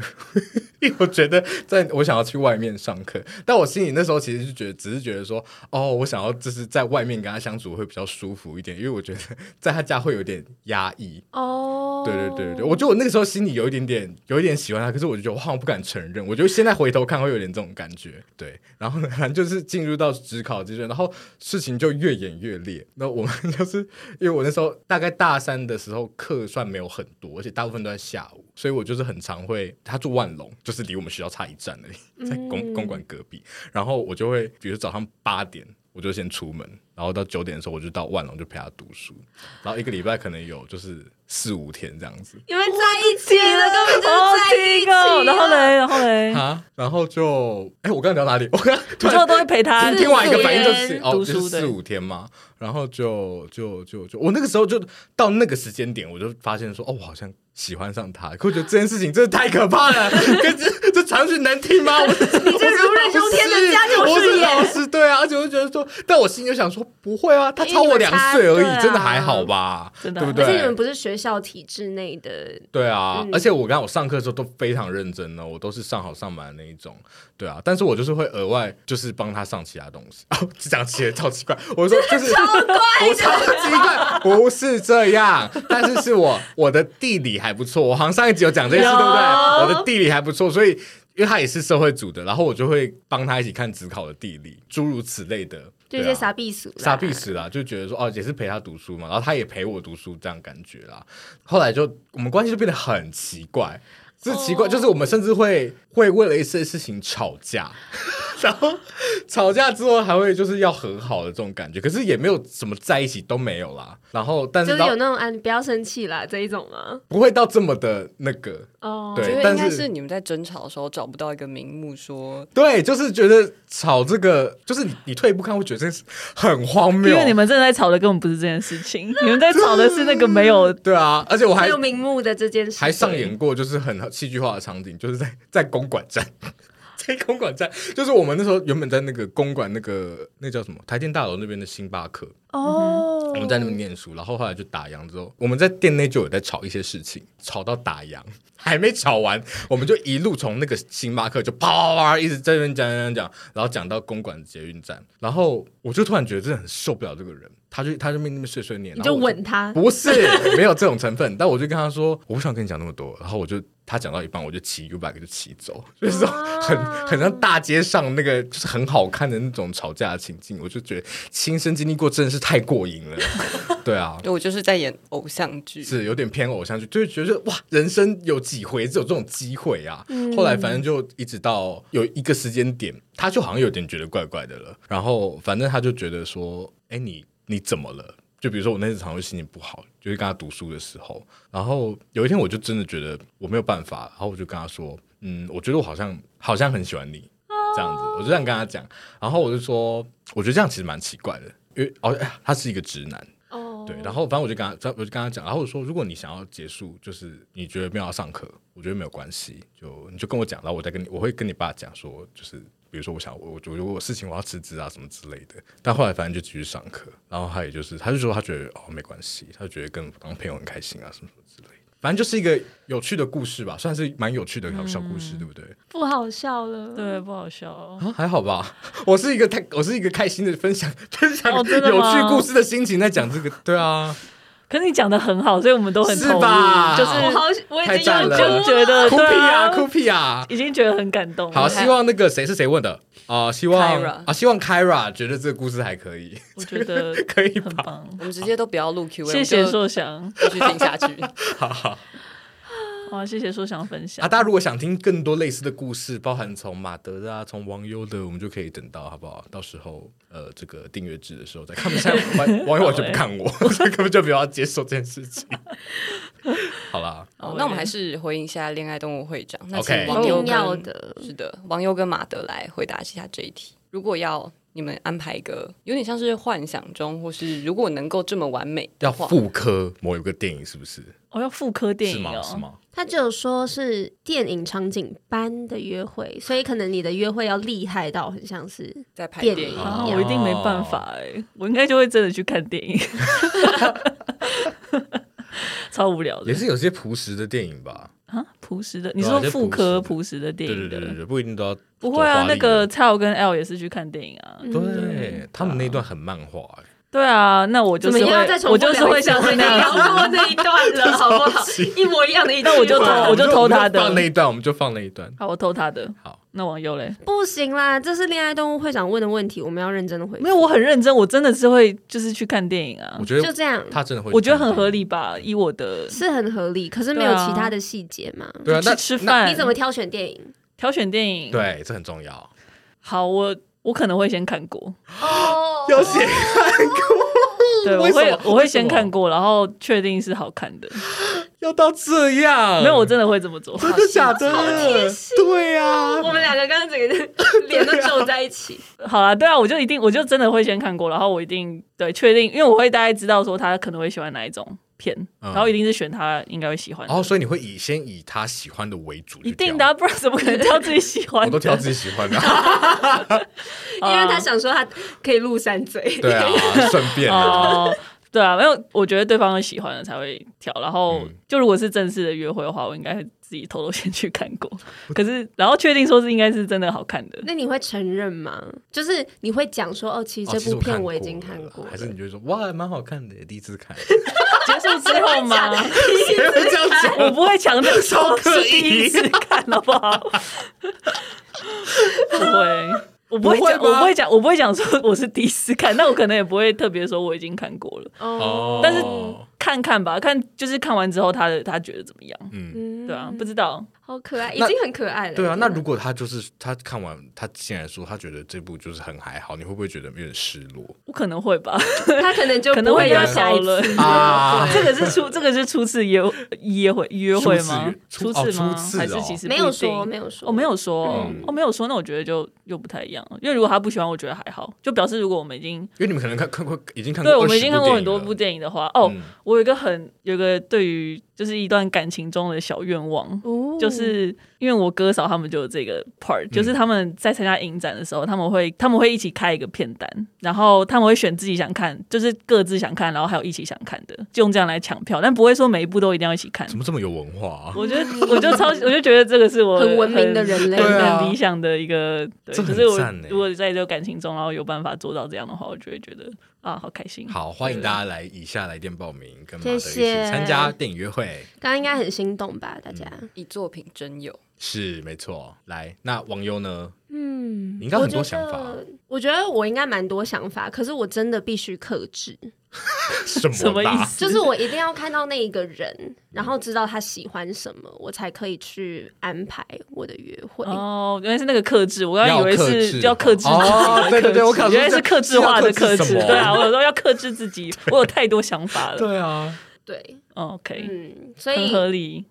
因为我觉得在我想要去外面上课，但我心里那时候其实是觉得，只是觉得说，哦，我想要就是在外面跟他相处会比较舒服一点，因为我觉得在他家会有点压抑。
哦，
对对对对，我觉得我那个时候心里有一点点，有一点喜欢他，可是我就觉得我好像不敢承认。我觉得现在回头看会有点这种感觉。对，然后呢，反正就是进入到职考阶段，然后事情就越演越烈。那我们就是因为我那时候大概大三的时候课算没有很多，而且大部分都在下午，所以我就是很常会他住万隆，就是离我们学校差一站而已，在
嗯
公公馆隔壁。然后我就会，比如早上八点。我就先出门，然后到九点的时候我就到万隆就陪他读书，然后一个礼拜可能有就是四五天这样子
你们在一起了，根本就
好好
是在一起啊
听哦，
了。
然后嘞，然后嘞，
啊，然后就哎、我刚刚聊哪里？我刚刚突
我之后
然
都会陪他
是
听完一个反应就
四
是
天
哦，就
读
是
书的
四五天嘛，然后就就就就我那个时候就到那个时间点，我就发现说哦，我好像喜欢上他，可我觉得这件事情真的太可怕了，可是这这传出去能听吗？我是你
这如日中天的家
我
庭
是
事业
老师，对啊，而且我就觉得说，但我心里就想说不会啊，他
因为
超
你
我
们
两
差
岁而
对啊
已，真的还好吧？
真的
对不
而且
对
你们不是学校体制内的，
对啊，
嗯
而且我刚我上课的时候都非常认真哦，我都是上好上满的那一种，对啊，但是我就是会额外就是帮他上其他东西， 哦，讲起来超奇怪，我说就是超怪，我超奇怪，不是这样，但是是我我的地理还不错，我好像上一集有讲这件事，
有
对不对？我的地理还不错，所以。因为他也是社会组的，然后我就会帮他一起看职考的地理，诸如此类的，
就
对
一
啊
些傻避俗啦，
傻逼死啦，就觉得说哦，也是陪他读书嘛，然后他也陪我读书，这样感觉啦。后来就我们关系就变得很奇怪，是奇怪，就是我们甚至会会为了一些事情吵架， 然后吵架之后还会就是要和好的这种感觉，可是也没有什么在一起都没有啦。然后但
就是是有
到
那种啊，你不要生气啦这一种吗？
不会到这么的那个，
哦，
对
我觉得
但
应该
是
是你们在争吵的时候找不到一个名目说，
对，就是觉得吵这个，就是你你退一步看会觉得这是很荒谬，
因为你们正在吵的根本不是这件事情， 你们在吵的是那个没 有
对啊，而且我还
没有名目的这件事，
还上演过就是很戏剧化的场景，就是在在公馆站， 在公馆站，就是我们那时候原本在那个公馆那个那叫什么台电大楼那边的星巴克，
嗯
哦，
我们在那边念书，然后后来就打烊之后，我们在店内就有在吵一些事情，吵到打烊，还没吵完，我们就一路从那个星巴克就啪啪啪一直在那边讲讲讲讲，然后讲到公馆捷运站，然后我就突然觉得真的很受不了这个人，他就他就那边碎碎念，
你
然
就
后我
吻 他，
不是没有这种成分，但我就跟他说我不想跟你讲那么多，然后我就他讲到一半我就骑 U bike 就骑走， 就是说很很像大街上那个就是很好看的那种吵架的情境，我就觉得亲身经历过真的是太过瘾了，对啊。
我就是在演偶像剧，
是有点偏偶像剧，就是觉得哇，人生有几回只有这种机会啊。
嗯哦
后来反正就一直到有一个时间点，他就好像有点觉得怪怪的了。然后反正他就觉得说，哎，你你怎么了？就比如说我那时常会心情不好，就是跟他读书的时候，然后有一天我就真的觉得我没有办法，然后我就跟他说，嗯，我觉得我好像好像很喜欢你这样子，我就这样跟他讲，然后我就说，我觉得这样其实蛮奇怪的，因为哦，哎呀他是一个直男，
哦，
对，然后反正我就跟他，我就跟他讲，然后我说，如果你想要结束，就是你觉得没有要上课，我觉得没有关系，就你就跟我讲，然后我再跟你，我会跟你爸讲说，就是比如说我想我我我如果有事情我要辞职啊什么之类的，但后来反正就继续上课，然后他也就是他就说他觉得哦没关系，他就觉得跟当朋友很开心啊什么什么之类的，反正就是一个有趣的故事吧，算是蛮有趣的
嗯
小小故事，对不对？
不好笑了。
对，不好笑哦。
啊，还好吧，我是一个太我是一个开心的分享分享
哦真的
有趣
吗
故事的心情在讲这个，对啊。
可是你讲的很好，所以我们都很
是
投入，
吧
就
我
是
好，我
太
已经
赞
要
了
就觉得
哭
对
屁
啊
啊，，哭屁啊！
已经觉得很感动了。
好，
我
希望那个谁是谁问的啊、希望
Kyra
啊，希望 Kyra 觉得这个故事还可以，
我觉得
可以
很
吧？
棒。
我们直接都不要录 Q&A，
谢谢
我们
硕翔，
就继续听下去。
哇，谢谢硕翔分享
啊，。大家如果想听更多类似的故事，包含从马德的啊，从王优的，我们就可以等到，好不好？到时候呃，这个订阅制的时候再看。他们 现在王王优完全不看我，
欸
所以根本就不要接受这件事 情。好啦，
好，哦那我们还是回应一下恋爱动物会长。那
OK
请
一
网友
定
跟
要的，
是的，网友跟马德来回答一下这一题。如果要你们安排一个有点像是幻想中，或是如果能够这么完美的
要
话，
复刻某一个电影是不是？
我要复刻电
是
影
吗？
哦，
是吗？
他只有说是电影场景般的约会，所以可能你的约会要厉害到很像是
再拍
电
电影
影
啊，
哦
我一定没办
哦
法哎、我应该就会真的去看电影， 超无聊的
也是有些朴实的电影吧？
啊，朴实的，你
对啊
说
就朴
妇科
实的
朴实的
对
电
对
影
对对
的，
对，不一定都要
不会啊，
走华丽
那
的
个 Tao 跟 L 也是去看电影啊，
嗯
对他们那段很漫画、欸，
对啊，那我就
怎
是
么样？再
会，
重
我
复
就是
两
会
次
像
我
是
已经
那样
聊
子，
过那一段了，好不好？一模一样的一句话，
那我就偷啊我就偷他的
啊
嗯
我们就放那一段，我们就放那一段。
好，我偷他的，
好，
那网友嘞，
不行啦，这是恋爱动物会长问的问题，我们要认真的回
没有，我很认真，我真的是会就是去看电影啊
我，觉
就
得
这样，
他真的会，
我觉得很合。理吧，以我的
是很合理，可是没有
对啊
其他的细节嘛？
对啊，
去
那
吃
那
饭，
你怎么挑选电影？
挑选电影？，
对，这很重 要。
好，我我可能会先看过，
哦，
要写
对，我
为什
会
么
我
为什么
会先看过，然后确定是好看的。
要到这样，
没有，我真的会这么做。
真的假的？对啊，
我们两个刚刚整个人脸都皱在一起。
好啦，对啊，我就一定我就真的会先看过，然后我一定对确定，因为我会大概知道说他可能会喜欢哪一种片，
嗯
然后一定是选他应该会喜欢的。
然后哦所以你会以先以他喜欢的为主去挑，
一定的啊、不然怎么可能挑自己喜欢的？
我都挑自己喜欢 的。
因为他想说他可以录三嘴，
对啊，顺便啊，
哦。对啊，没有，我觉得对方会喜欢的才会挑。然后，
嗯
就如果是正式的约会的话，我应该会自己偷偷先去看过。可是，然后确定说是应该是真的好看 的，
那你会承认吗？就是你会讲说哦，其实
哦
这
其实
部片我已
看
经
过
看
了
过了，
还是你就会说哇，蛮好看的，第一次看，
结束之后嘛，
谁会 这样讲？
我不会强调
超
说
刻
是
意
第一次看，好不 好？不会，我不会
不会吗
讲，我不会讲，我不会讲说我是第一次看，那我可能也不会特别说我已经看过了，
哦，
但是看看吧，看就是看完之后他的他觉得怎么样，
嗯，
嗯
对啊，不知道，
好可爱，已
那
经很可爱了。
对啊，
真
那
的
如果他就是他看完，他现在说他觉得这部就是很还好，你会不会觉得有点失落？
我可能会吧，
他可能就
可
不
能
会
会
要
要
下一
了
次。
啊
这个是初这个是初次约约会约会吗？
初
初
次
次
哦
吗
初？次哦
还是其实
没有
不一定
说，没有说，
我、哦没有说，
嗯
我、没有说，那我觉得就又不太一样了。因为如果他不喜欢，我觉得还好，就表示如果我们已经
因为你们可能看看过，已经看过，
对我们已经看过很多部
电
电影的话，哦，
嗯
我有一个很有一个对于就是一段感情中的小愿望，
哦
就是因为我哥嫂他们就有这个 part，就是他们在参加影展的时候，他们会他们会一起开一个片单，然后他们会选自己想看，就是各自想看，然后还有一起想看的，就用这样来抢票，但不会说每一部都一定要一起看
怎。么这么有文化啊？
我觉得， 我就超，我就觉得这个是我
很文明的人类
很
对啊
很理想的一个。对，
这
可
很
是我
赞欸
如果在这个感情中，然后有办法做到这样的话，我就会觉得啊，好开心。
好，欢迎大家来以下来电报名，跟马德一
谢
起
谢
参加电影约会。
大家应该很心动吧？大家，
以作品真有。
是没错，来，那网友呢？
嗯，
你应该很多
我觉得
想法。
我觉得我应该蛮多想法，可是我真的必须克制，
什
什么
么啦
意？思？
就是我一定要看到那一个人，然后知道他喜欢什么，我才可以去安排我的约会。
哦，原来是那个克制，我刚刚以为
要克
是
制
要克制自己
哦
的
对
克制，
对对我想说
原来是克制化的克
这是
制
要克制什，么
对啊，我有时候要克制自 己，我有太多想法了。
对啊，
对，
哦 OK，
嗯，所
很
以
合理，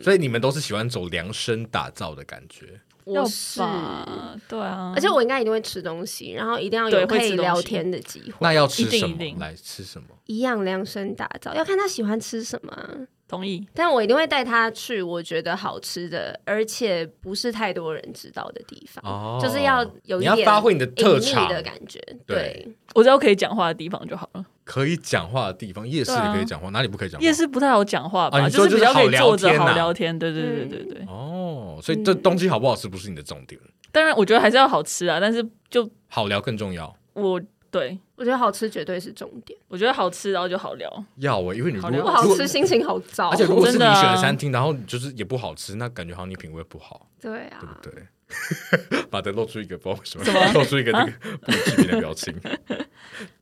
所以你们都是喜欢走量身打造的感觉，
我是
要。吧？对啊，
而且我应该一定会吃东西，然后一定要
对
有
会
可
吃
以
东
聊
西
天的机会，
那要吃
一定
什
一
么
定？
来吃什么？
一样量身打造，要看他喜欢吃什么啊。
同意。
但我一定会带他去我觉得好吃的，而且不是太多人知道的地方，
哦
就是要有一
你要
点
发挥你的特
隐秘
长
的感觉。
对
对，
我只要可以讲话的地方就好了。
可以讲话的地方，夜市
对
也
啊
可以讲话，哪里不可以讲话？
夜市不太好讲话吧，
啊你
就
说
是比较可以坐着
就是好聊天啊
好聊天。对对对对
嗯
对对。
哦，所以这东西好不好吃不是你的重点，
当然，我觉得还是要好吃啊，但是就
好聊更重要。
我对
我觉得好吃绝对是重点。
我觉得好吃，然后就好聊。
要欸因为你如
好
果
聊
不
如
好
果
吃，心情好糟。
而且如果是你
真的啊
选的餐厅，然后你就是也不好吃，那感觉好像你品味不好，
对
对
啊，
不对？ 马德露出一个不知道为什么， 露出一个那个不具名的表情。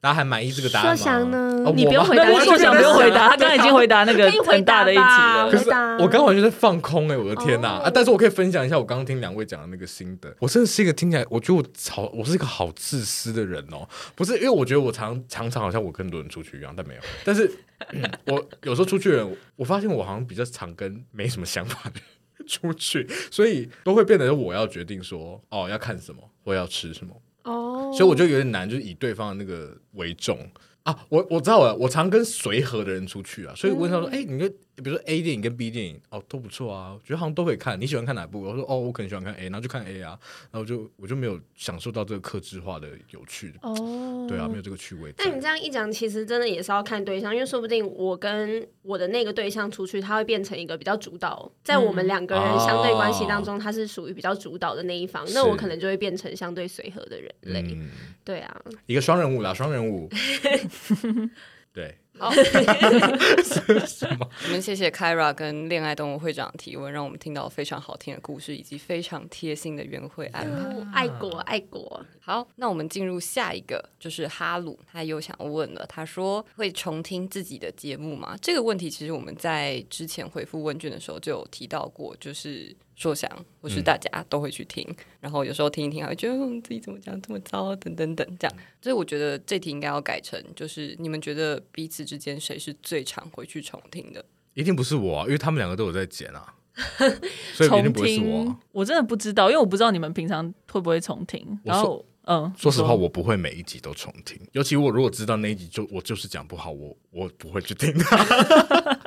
大家还满意这个答案吗？
硕翔呢
哦
你
我
不用
吗
回
那
答
不
对
是我想不用回答，他刚刚已经回答那个
可以回
很大
答
的一题
吧
了
可。是
回答
我刚完全在放空哎、我的天呐、
哦
啊！但是我可以分享一下我刚刚听两位讲的那个心得。我真的是一个听起来，我觉得我好，我是一个好自私的人哦。不是因为我觉得我常常常好像我跟很多人出去一样，但没有。但是、嗯我有时候出去的人，我发现我好像比较常跟没什么想法的人 出去，所以都会变得我要决定说哦要看什么或要吃什么。
哦，
所以我就有点难，就是以对方的那个为重啊。我我知道了，我常跟随和的人出去啊，所以我问他
嗯
说：“哎、你跟比如说 A 电影跟 B 电影哦都不错啊，我觉得好像都可以看，你喜欢看哪部？”我说：“哦，我可能喜欢看 A，然后就看 A 啊。”然后我就我就没有享受到这个克制化的有趣，
哦
对啊，没有这个趣味在。
那你这样一讲，其实真的也是要看对象，因为说不定我跟我的那个对象出去，他会变成一个比较主导，在我们两个人相对关系当中，他是属于比较主导的那一方，那
哦是
我可能就会变成相对随和的人类。
嗯，
对啊，
一个双人舞啦，双人 舞。对，
好，
什么？
我们谢谢 Kyra 跟恋爱动物会长的提问，让我们听到非常好听的故事以及非常贴心的约会安排。
爱国爱国，
好，那我们进入下一个，就是哈鲁，他又想问了，他说会重听自己的节目吗？这个问题其实我们在之前回复问卷的时候就有提到过，就是说想或是大家都会去听，然后有时候听一听还会觉得嗯自己怎么讲这么糟，等等等这样。所以我觉得这题应该要改成，就是你们觉得彼此之间谁是最常回去重听的？
一定不是我、啊，因为他们两个都有在剪啊，所以一定不会是我啊、
我真的不知道，因为我不知道你们平常会不会重听。
我
然后，嗯，
说实话，
你
我不会每一集都重听，尤其我如果知道那一集就我就是讲不好，我我不会去听它。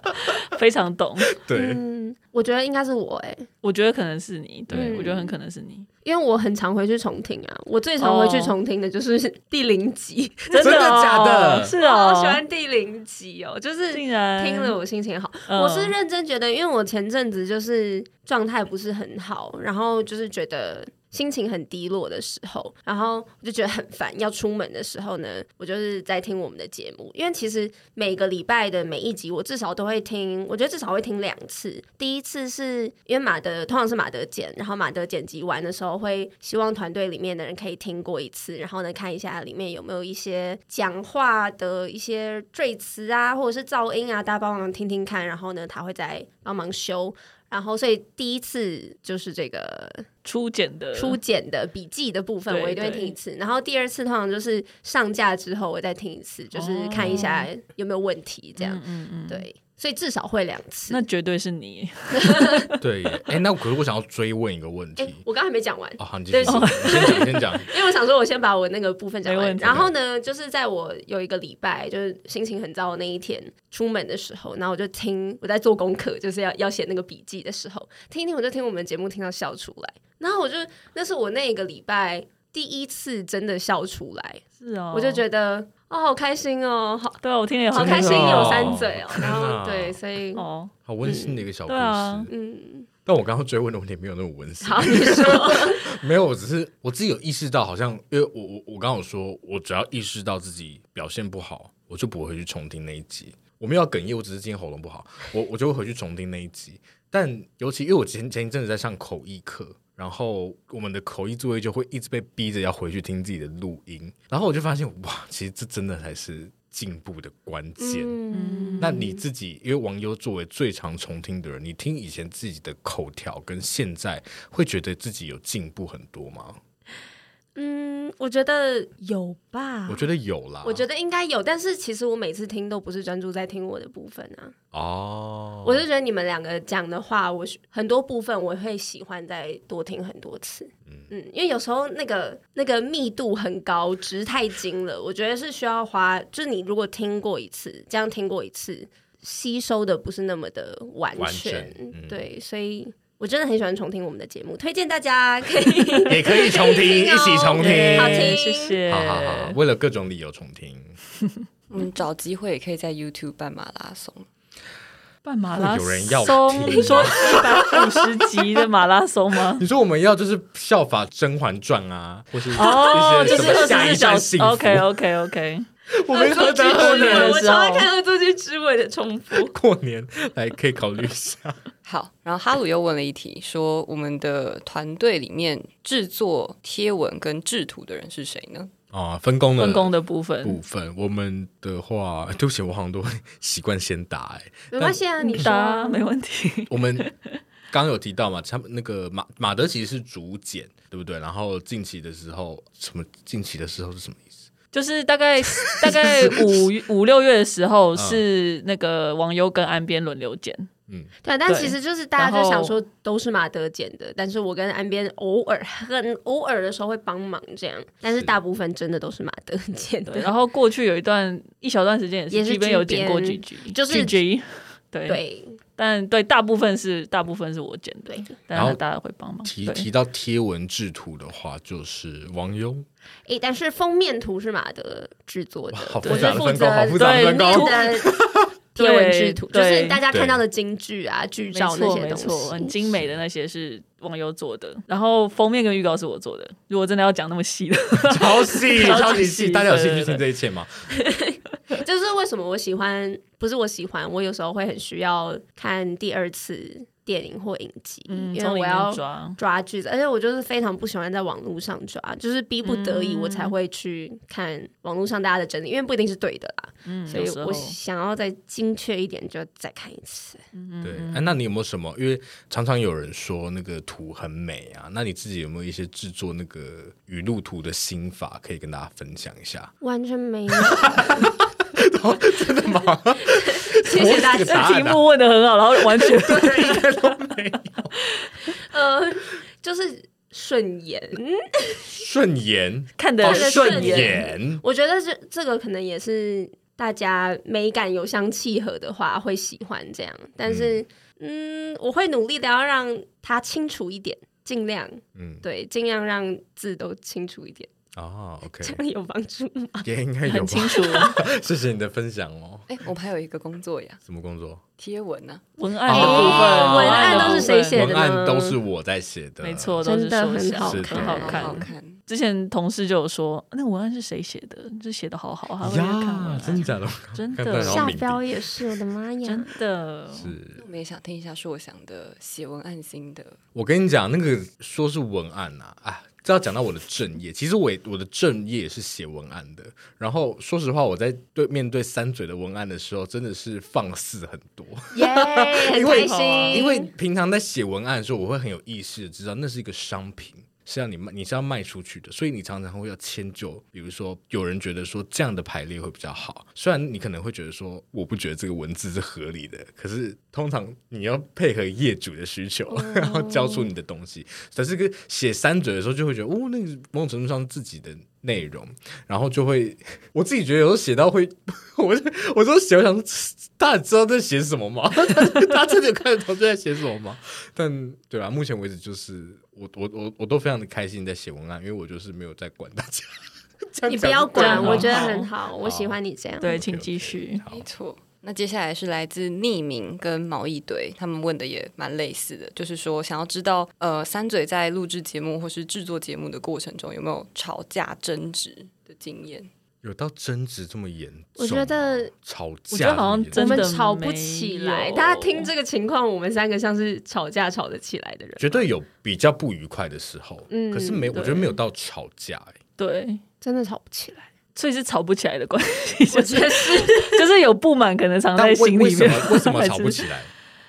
非常懂。
对，
嗯，我觉得应该是我哎、
我觉得可能是你，对
嗯
我觉得很可能是你，
因为我很常回去重听啊，我最常回去重听的就是 第零集，
真
真的
哦
假的
是
我好
哦，
喜欢第零集哦，就是
竟然
听了我心情好。
嗯
我是认真觉得，因为我前阵子就是状态不是很好，然后就是觉得。心情很低落的时候，然后我就觉得很烦。要出门的时候呢，我就是在听我们的节目，因为其实每个礼拜的每一集，我至少都会听，我觉得至少会听两次。第一次是因为马德通常是马德剪，然后马德剪辑完的时候，会希望团队里面的人可以听过一次，然后呢看一下里面有没有一些讲话的一些赘词啊，或者是噪音啊，大家帮忙听听看，然后呢他会再帮忙修。然后，所以第一次就是这个
初剪的
初剪的笔记的部分，
对
我一定会听一次。然后第二次通常就是上架之后，我再听一次，就是看一下有没有问题，这样。
哦嗯嗯嗯，
对，所以至少会两次。
那绝对是你。
对耶，哎、那可是我想要追问一个问题
哎，我刚还没讲完，
哦，好，你继
对
续，
不
你先讲，先讲，
因为我想说，我先把我那个部分讲
没
完
问。题
然后呢，就是在我有一个礼拜，就是心情很糟的那一天，出门的时候，然后我就听我在做功课，就是要要写那个笔记的时候，听一听我就听我们节目听到笑出来，然后我就那是我那一个礼拜第一次真的笑出来，
是哦，
我就觉得哦，好开心哦，好
对啊，我听了也
好
好
真的
开心有
哦
三嘴哦，
天
然后
哪
对，所以
哦，
好温馨的一个小故事。
对啊
嗯，
但我刚刚追问的问题没有那么温馨，
好，你 说
没有，我只是我自己有意识到，好像因为我我我刚刚有说，我只要意识到自己表现不好，我就不会去重听那一集。我没有要哽咽，我只是今天喉咙不好，我我就会回去重听那一集。但尤其因为我前前一阵子在上口译课，然后我们的口译作业就会一直被逼着要回去听自己的录音，然后我就发现哇，其实这真的才是进步的关键。
嗯
那你自己，因为王优作为最常重听的人，你听以前自己的口条跟现在，会觉得自己有进步很多吗？
嗯，我觉得有吧，
我觉得有啦，
我觉
得
得应该有，但是其实我每次听都不是专注在听我的部分啊，
哦，
我就觉得你们两个讲的话，我是很多部分我会喜欢再多听很多次，嗯因为有时候那个那个密度很高，值太精了，我觉得是需要花，就是你如果听过一次，这样听过一次，吸收的不是那么的完
完
全，
整嗯
对，所以。我真的很喜欢重听我们的节目，推荐大家可 以
也可以重听， 一起重
对
听，
好听
谢谢，
好好好，为了各种理由重听，
我们嗯找机会也可以在 YouTube 办马拉松，
办马拉松，
有人要听？
说一百五十级的马拉松吗
你说我们要就是效法《甄嬛传》啊，或是
哦，
一
就
些
是
什么
二
下
十四
一
小
站
时
幸福
，OK OK OK，
我们何德何
之吻
能
的
我
时
超
候
爱看到《恶作剧之吻》的重复。
过年来可以考虑一下，
好，然后哈鲁又问了一题，说我们的团队里面制作贴文跟制图的人是谁呢？
哦，分工了，
分工的部分，
部分，我们的话，对不起，我好像都会习惯先打、欸。
没关系啊，你说啊
答没问题。
我们刚刚有提到嘛，他们那个马马德奇是竹简，对不对？然后近期的时候，什么近期的时候是什么意思？
就是大概大 概五五六月的时
嗯
候，是那个网友跟岸边轮流剪，
对，但
对
其实就是大家
然
就
后
想说都是马德剪的，但是我跟岸边偶尔很偶尔的时候会帮忙这样，但是
是
大部分真的都是马德 剪
对，
的。
然后过去有一段一小段时间
也
也是
是
G 边有剪过
G
G
边
G，
就
G
是
G，对
对，
但对大部分是大部分是我剪的
对，
然
但
后
是大家会帮忙。
提
对
提到贴文制图的话，就是王优，
诶，但是封面图是马德制作的
哇，好
我
复
是
杂的
负
分工，好复
责
杂的分
内
工。
的贴文制图，就
对
是
对
大家看到的京剧啊、剧
没
照那
错
些
没
东
错， 嗯很
西。
精美的那些是网友做的，然后封面跟预告是我做的。如果真的要讲那么细的，
超细，
超级
超级
细
细，大家有兴趣
对对对
听这一切吗？
就是为什么我喜欢，不是我喜欢，我有时候会很需要看第二次电影或影集，
嗯，
因
从里
为我
面
要
抓。
抓句子，而且我就是非常不喜欢在网络上抓，就是逼不得已
嗯
我才会去看网络上大家的整理，因为不一定是对的啦，
嗯，
所以
有时候
我想要再精确一点，就再看一次。
嗯
对、哎，那你有没有什么？因为常常有人说那个图很美啊，那你自己有没有一些制作那个语录图的心法可以跟大家分享一 下？
完全没有，
哦真的吗？
谢谢大
这个
家。
答
这题
案啊
目问的很好，然后完 全
应该都没有。
呃，就是顺眼，
顺眼，
看
哦
得
着
顺
顺眼
眼，
我觉得这这个可能也是大家美感有相契合的话会喜欢这样，但是嗯，我会努力的要让它清楚一点，尽量
嗯，
对，尽量让字都清楚一点，
哦，OK，
这样有帮助吗？
也应该有
很清
吧。
楚，
谢谢你的分享哦。
哎，我们还有一个工作呀，
什么工作？
贴文啊呢、
文案的部
哦
分，
文案
的
都
是
部
谁
分
写的
文
呢
案都是我在写的，
没错，都是
真的
手
很
写
好
是的
很好
看
好
看。
看。
之前同事就有说，那文案是谁写的？这写的好好，还会去看文
呀，
案
真的假的？
真
看不到
的
然后
下
鸣
标也是，我的妈呀！
真的，
是
我们也想听一下硕想的写文案心得。
我跟你讲，那个说是文案呐、啊，啊，这要讲到我的正业。其实我也我的正业也是写文案的。然后说实话，我在对面对三嘴的文案的时候，真的是放肆很多。
耶，很开
因
心。
因为平常在写文案的时候，我会很有意识的知道那是一个商品，是要你卖，你是要卖出去的，所以你常常会要迁就。比如说，有人觉得说这样的排列会比较好，虽然你可能会觉得说我不觉得这个文字是合理的，可是通常你要配合业主的需求，然后交出你的东西。但是个写三嘴的时候，就会觉得哦，那个某种程度上是自己的内容，然后就会 我自己觉得有时候写到会，我就我都写，我想说大家知道在写什么吗？ 大家大家真的有看得懂在写什么吗？ 但对吧、目前为止就是我我我我都非常的开心在写文案，因为我就是没有在管大家。 这样
你不
讲
要
对
管，
吗
我觉得很好，我喜欢你这样。
对，请继续。
好
没错。那接下来是来自匿名跟毛一堆，他们问的也蛮类似的，就是说想要知道，呃，三嘴在录制节目或是制作节目的过程中有没有吵架争执的经验？
有到争执这么严重吗？
我觉得
吵架，
我觉得好像
我
真的
们吵不起
没
来，
有
大家听这个情况，我们三个像是吵架吵得起来的人，
绝对有比较不愉快的时候，
嗯
可是没，我
对
觉得没有到吵架、欸。
对，
真的吵不起来。
所以是吵不起来的关系，
我
就
觉
是
得是，
就是有不满可能藏
但
在
为
心
为
里
什
面
么，为什么吵不
还是
起来？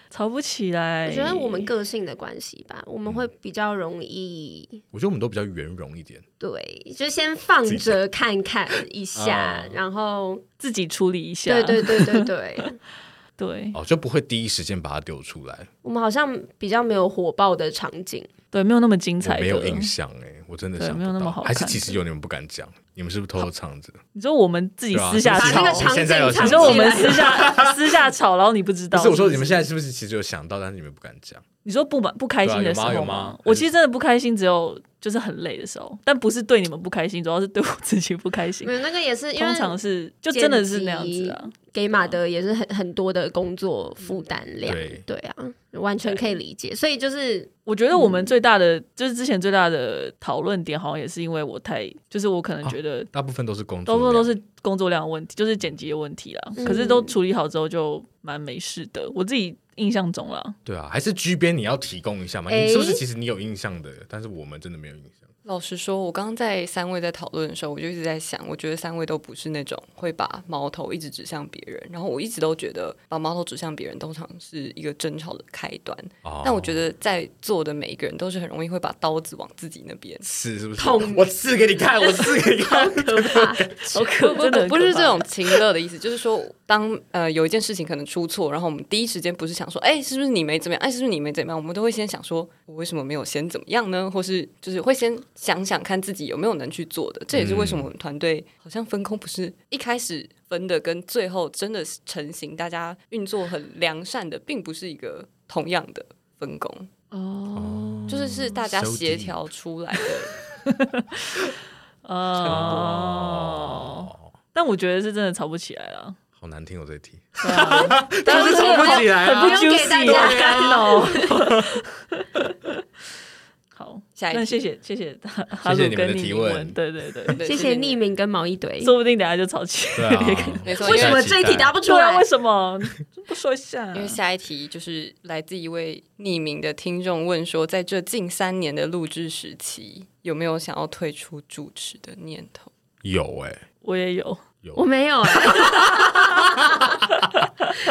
吵不起
我
来？
觉得我们个性的关系吧，我们会比较容易。
我觉得我们都比较圆融一点。
对，就先放着看看一下
啊，
然后
自己处理一下，
对对对对对，
对
哦，就不会第一时间把它丢出来。
我们好像比较没有火爆的场景，
对，没有那么精
我
彩的。
没有印象哎、我真的
对
想
没有
不
那么
到
好
还是
看
其
的
实有你们不敢讲，你们是不是偷偷藏着？
你说我们自己
对啊
私下
把
把那
吵
个
我，
场
现
景
在有
藏
你
起
想
说我们
来
私下私下吵，然后你不知
不
道。
是，我说
不
你们现在是不是其实有想到，但是你们不敢讲？
你说不满不开心的时
对啊
候
有吗有吗
我其实真的不开心，只有就是很累的时候，但不是对你们不开心，主要是对我自己不开心
没。有那个也是因
通常
为
是就真的是那样子啊，
给马德也是很很多的工作负担量
对，
对啊，完全可以理解。所以就是
我觉得我
嗯
们最大的、就是之前最大的讨论点，好像也是因为我太就是我可能觉得
大部分都是工作
都
量，
都都是工作量的问题，就是剪辑的问题啦。
嗯
可是都处理好之后就蛮没事的，我自己印象中 啦。
对啊，还是居边你要提供一下嘛？
哎
你是不是其实你有印象的，但是我们真的没有印象。
老实说，我刚刚在三位在讨论的时候，我就一直在想，我觉得三位都不是那种会把矛头一直指向别人，然后我一直都觉得把矛头指向别人通常是一个争吵的开端。
哦，
但我觉得在座的每一个人都是很容易会把刀子往自己那边
刺是不是？
痛
我刺给你看，我刺给你 看。
哦可怕，
好可
不
真的
不
很
不
可
是
怕
这种情乐的意思，就是说，当呃有一件事情可能出错，然后我们第一时间不是想说，哎、是不是你没怎么样？哎、是不是你没怎么样？我们都会先想说，我为什么没有先怎么样呢？或是就是会先想想看自己有没有能去做的。这也是为什么我们团队好像分工不是一开始分的，跟最后真的是成型，大家运作很良善的，并不是一个同样的分工，
哦，
就是是大家
so
协
deep
调出来的。
哦，
哦，
嗯但我觉得是真的吵不起来了。
好难听哦，这一题。
对 啊但
就是吵不起来啊
很不
不用给大
juicy
家
好干哦。 好，
下一
那
题
谢谢谢谢哈
谢谢
鲁
你们
跟
的
你
提
提
问
对对对，
对
谢谢匿，名跟毛一堆。
说不定等下就吵起
对
来。
啊
也可以，
没错
为什么这一题答
不？
不出
对啊，
来
为？什么不说一下
因？为下一题就是来自一位匿名的听众问说，在这近三年的录制时期，有没有想要退出主持的念头？
有哎、
我也有，
有
我没有哎、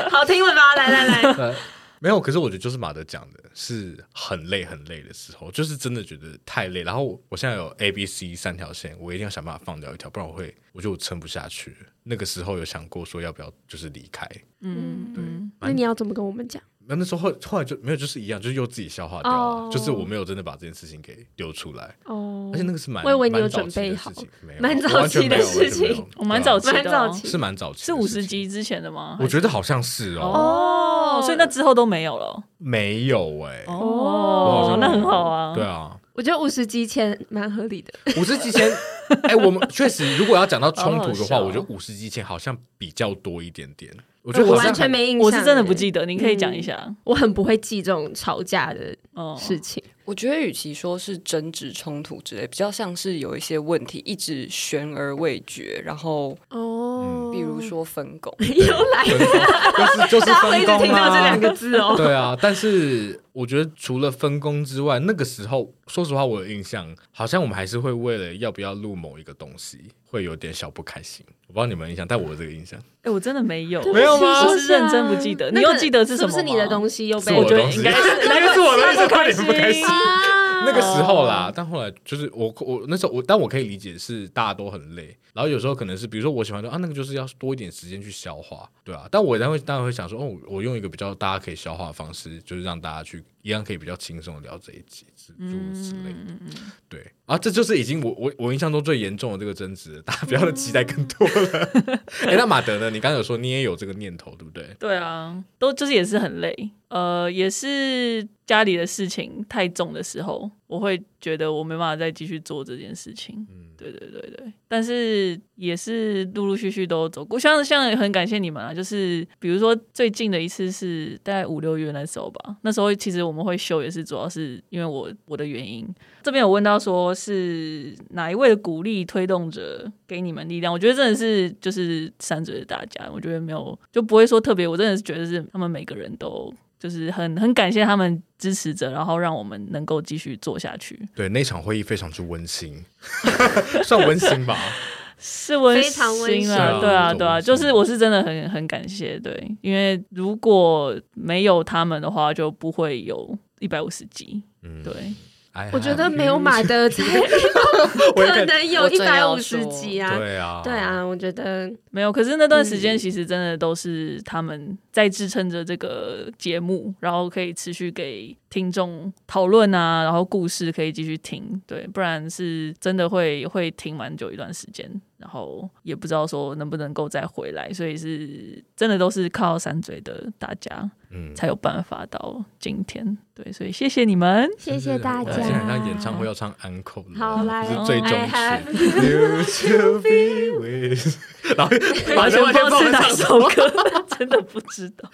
好听了吧？来来来，
没有，可是我觉得就是马德讲的是很累很累的时候，就是真的觉得太累。然后我我现在有 A、B、C 三条线，我一定要想办法放掉一条，不然我会我觉得我撑不下去。那个时候有想过说要不要就是离开，
嗯，
对
嗯
那你要怎么跟我们讲？
那那时候后后来就没有，就是一样，就是又自己消化掉了，
哦
就是我没有真的把这件事情给丢出来，
哦
而且那个是蛮
我以为你有
蛮早期
准备
的
好
事 情，没有
蛮
我
早
完全
期的
没有完全
事情
没有
我蛮早
对
期的哦，
蛮早期
啊是蛮早期的
是五十
事情，
集之前的吗？
我觉得好像是哦，
哦，所以那之后都没有了。
没有哎、我好
哦
像，
那很好啊。
对啊，
我觉得五十集前蛮合理的，
五十集前， 哎、我们确实如果要讲到冲突的
好好笑
话，
哦
我觉得五十集前好像比较多一点点。我觉得
我
好像
完全没印象、欸
我是真的不记，得，你可以讲一下。
我很不会记这种吵架的
哦，
事情。
我觉得，与其说是争执、冲突之类，比较像是有一些问题一直悬而未决，然后
哦
嗯比如，说分工。
又来
分 工，就是就是
大家会
分
一直
工
听到这两
啊。
个字 哦。
对啊，但是我觉得除了分工之外，那个时候说实话，我有印象，好像我们还是会为了要不要录某一个东西，会有点小不开心。我不知道你们有印象，但我有这个印象
哎，我真的没有，
没有吗
我是认真不记得。
那
你
个
又记得是什么？
是不是你的东
西？
西又
是
被？
我
我觉
的
得
东西，
应该是
那个是我的东西，快点不开
不开
心
心。
啊
那个时候啦，但后来就是我我那时候我，但我可以理解是大家都很累，然后有时候可能是比如说我喜欢说啊，那个就是要多一点时间去消化，对啊，但我当然会当然会想说，哦，我用一个比较大家可以消化的方式，就是让大家去一样可以比较轻松的聊这一集之
嗯
诸如此类的，对啊，这就是已经我我我印象中最严重的这个争执了，大家不要期待更多了。哎、那马德呢？你刚刚有说你也有这个念头，对不对？
对啊，都就是也是很累，呃，也是家里的事情太重的时候，我会觉得我没办法再继续做这件事情。
嗯
对对对对，但是也是陆陆续续都走过，像像很感谢你们啊，就是比如说最近的一次是大概五六月那时候吧，那时候其实我们会休也是主要是因为我我的原因。这边有问到说是哪一位的鼓励推动者给你们力量，我觉得真的是就是三嘴的大家，我觉得没有就不会说特别，我真的是觉得是他们每个人都。就是很很感谢他们支持者，然后让我们能够继续做下去，
对，那场会议非常之温馨， 算温馨吧。
是温
非常温
馨
馨
啊，
是
对
啊
啊，对啊，
温馨
就是我是真的很很感谢，对，因为如果没有他们的话，就不会有一百五十集，
嗯
对，
哎
我觉得没有马德 才
我也
可
感
能有
我
一
正
百
要
五十
说
集啊。
对啊，
对，啊，我觉得
没有。可是那段时间其实真的都是他们在支撑着这个节目，然后可以持续给听众讨论啊，然后故事可以继续听，对，不然是真的会会停蛮久一段时间，然后也不知道说能不能够再回来，所以是真的都是靠三嘴的大家。
嗯，
才有办法到今天。对，所以谢谢你们。
谢谢大家。
我竟然让演唱会要唱 Uncle，了
好来哦
这是最终
I have
曲。You should be with，然后
完全不知道是哪
唱
首歌，真的不知道。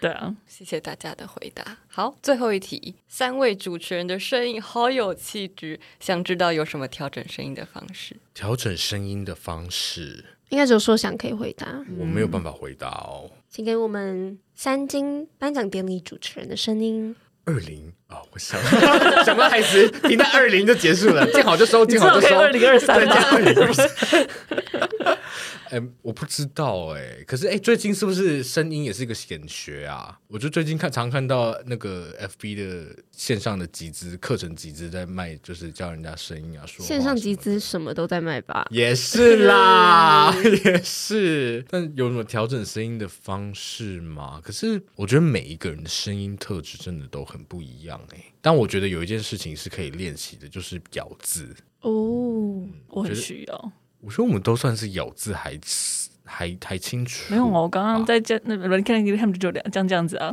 对啊，
谢谢大家的回答。好，最后一题，三位主持人的声音好有气质，想知道有什么调整声音的方式？
调整声音的方式，
应该只有说想可以回答，
我没有办法回答哦。
请给我们三金颁奖典礼主持人的声音。
二零啊，我想 想不到台词，停在二零就结束 了，见好就收，
你
见
知
好就
道可以
收。
二零二三
再
吗？
加二零 哎、我不知道哎、可是哎、最近是不是声音也是一个显学啊？我就最近看常看到那个 FB 的线上的集资课程集资在卖，就是教人家声音啊，说话
线上集
什么
资什么都在卖吧
的。也是啦，
嗯
也是。但有什么调整声音的方式吗？可是我觉得每一个人的声音特质真的都很不一样哎、但我觉得有一件事情是可以练习的，就是咬字。
哦，
我很需要。
我说我们都算是咬字还还还清楚，
没有啊，我刚刚在家那你看他们就这样这样这样 子啊，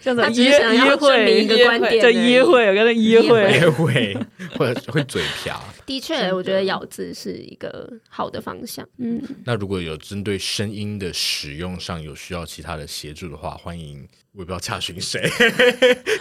这样子
他
啊
只是
约
想要
约
证明
会
一个观点
在
而已
约会，我刚才约会
也会 会会嘴瓢。
的确，我觉得咬字是一个好的方向。嗯，
那如果有针对声音的使用上有需要其他的协助的话，欢迎我也不知道洽询谁。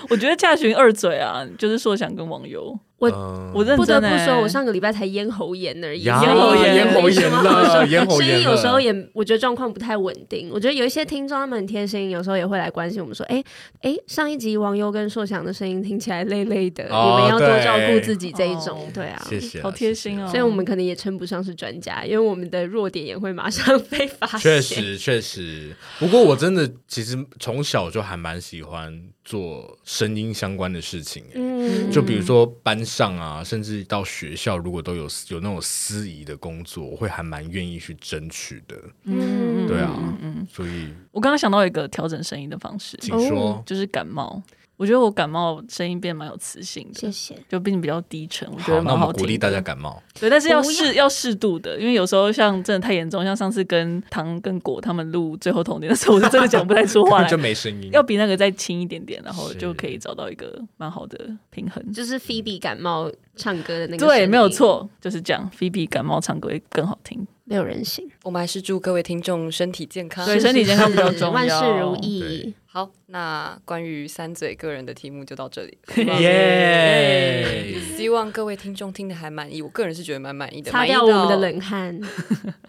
我觉得驾巡二嘴啊，就是说想跟网友，
我
嗯
我认
不得
真
不
欸
说，我上个礼拜才咽喉炎而已，
呀
咽喉炎
咽喉
没什
炎
么好
了，
说
咽喉
声
炎
音
了
有时候也，我觉得状况不太稳定。我觉得有一些听众他们很贴心，有时候也会来关心我们说：“哎哎，上一集王优跟硕翔的声音听起来累累的，
哦
你们要多照顾
对
自己。”这一
哦
种，对啊。
谢谢啊，
好贴心
谢
哦
谢啊
所以我们可能也称不上是专家，因为我们的弱点也会马上 被发
啊
现。
确， 实确实，不过我真的其实从小就还蛮喜欢做声音相关的事情、欸，
嗯，
就比如说班上啊，甚至到学校，如果都有有那种司仪的工作，我会还蛮愿意去争取的。
嗯，嗯
对啊，
嗯嗯嗯
所以
我刚刚想到一个调整声音的方式，
请说
哦，
就是感冒。我觉得我感冒声音变蛮有磁性
谢
的，
谢。
就变得比较低沉，我觉
好，
得
那
蛮
我
好
们
听的。
鼓励大家感 冒。
对，但是要
不要
适要适度的，因为有时候像真的太严重，像上次跟唐跟果他们录最后童年的时候，我是真的讲不太出话 来
就，没声音。
要比那个再轻一点点，然后
是
就可以找到一个蛮好的平衡。
就是 Phoebe 感冒唱歌的那个，
对，没有，错，就是这样。菲比感冒唱歌会更好听，
没有人性，
我们还是祝各位听众身体健康。
对身 体健康比较重要
万事如意。
好，那关于三嘴个人的题目就到这里。
耶！
希望各位听众听得还满意，我个人是觉得蛮满意的，
擦掉
满
我
意到
们的冷汗，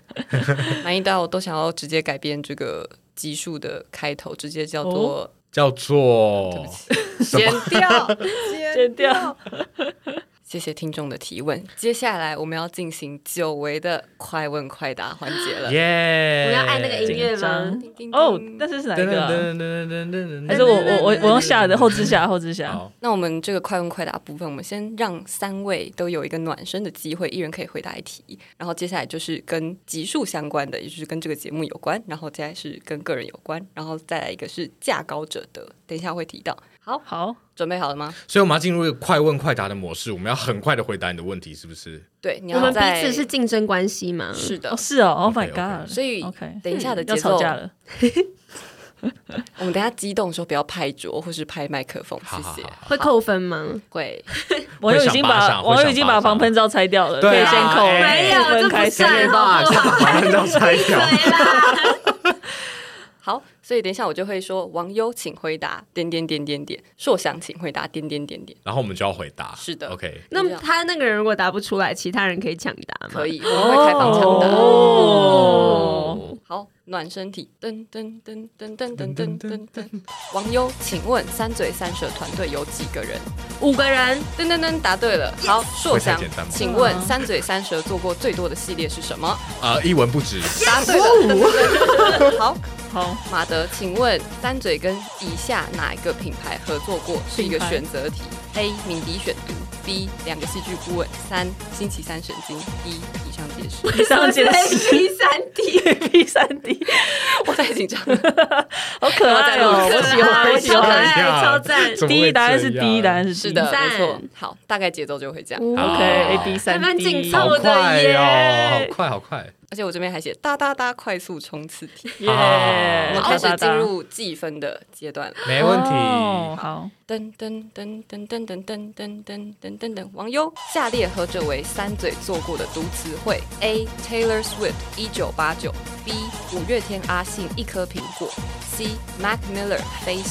满意到我都想要直接改变这个集数的开头，直接叫 做、
叫
对
做
不起，剪掉，
剪掉。
谢谢听众的提问。接下来我们要进行久违的快问快答环节了。
耶！
我们要按那个音乐
紧
吗？
张
叮叮
哦
叮，
但是是哪一
噔噔
个啊？
噔噔噔噔噔，
还是我我我我用下的后 置啊下后置下？
好，
那我们这个快问快答部分，我们先让三位都有一个暖身的机会，一人可以回答一题。然后接下来就是跟集数相关的，也就是跟这个节目有关，然后接下来是跟个人有关，然后再来一个是价高者得，等一下会提到。好，
好，
准备好了吗？
所以我们要进入一个快问快答的模式，我们要很快的回答你的问题，是不是？
对，你
我
要
们彼
在
此是竞争关系吗？
是的
哦，是哦，Oh my
OK，OK
god！
所以
OK，嗯
等一下的节
要
奏
吵架了，
我们等一下激动的时候不要拍桌或是拍麦克风，
好
谢
好
谢。
好，
会扣分吗？
会，
网友已经
会上巴
把
掌
网友已经
会上巴
把
掌
防喷罩拆掉了，可
对
以
啊
先扣
哎
没有
部分
这不
开始
算。
没办法，马上要拆掉。
对啦，
好，所以等一下我就会说网友请回答点点点点点，硕想请回答点点点点，
然后我们就要回答，
是的
，OK，
那么他那个人如果答不出来，其他人可以抢答吗？
可以，我们会开放抢答。
哦，
好，暖身体，噔噔噔噔噔噔噔噔噔。网友，请问三嘴三舌团队有几个人？
五个人，
噔噔噔，答对了。好，硕
会太
翔
简单，吗
请问三嘴三舌做过最多的系列是什么？
啊，一文不值，
答对了。噔噔噔 好，
好，
马德，请问三嘴跟以下哪一个品牌合作过？是一个
品牌
选择题。A. 敏迪选读，B. 两个戏剧顾问，三星期三神经。一以上皆 是。
以上 解释
P 三 D，
P 三 D，
我太紧张了。
好可爱哦，
然后再录
我喜欢，我喜
超可
欢。
爱，超赞。
哎怎么会
第一答案是
这样
D，答案是 D
是的，
赞
没错。好，大概节奏就会这样。
好
，OK，A B
还
三
蛮
D，
紧
好
凑的
快
耶
哦，好快，好快，
而且我这边还写哒哒哒快速冲刺题，
耶，
我
啊
们开始
哦哒哒
进
哒
入计分的阶段了。
没问
哦
题。
好，
噔噔噔噔噔噔噔噔噔噔噔噔，网友下列何者为三嘴做过的读词汇？A. Taylor Swift 一九八九，B. 五月天阿信一颗苹果，C. Mac Miller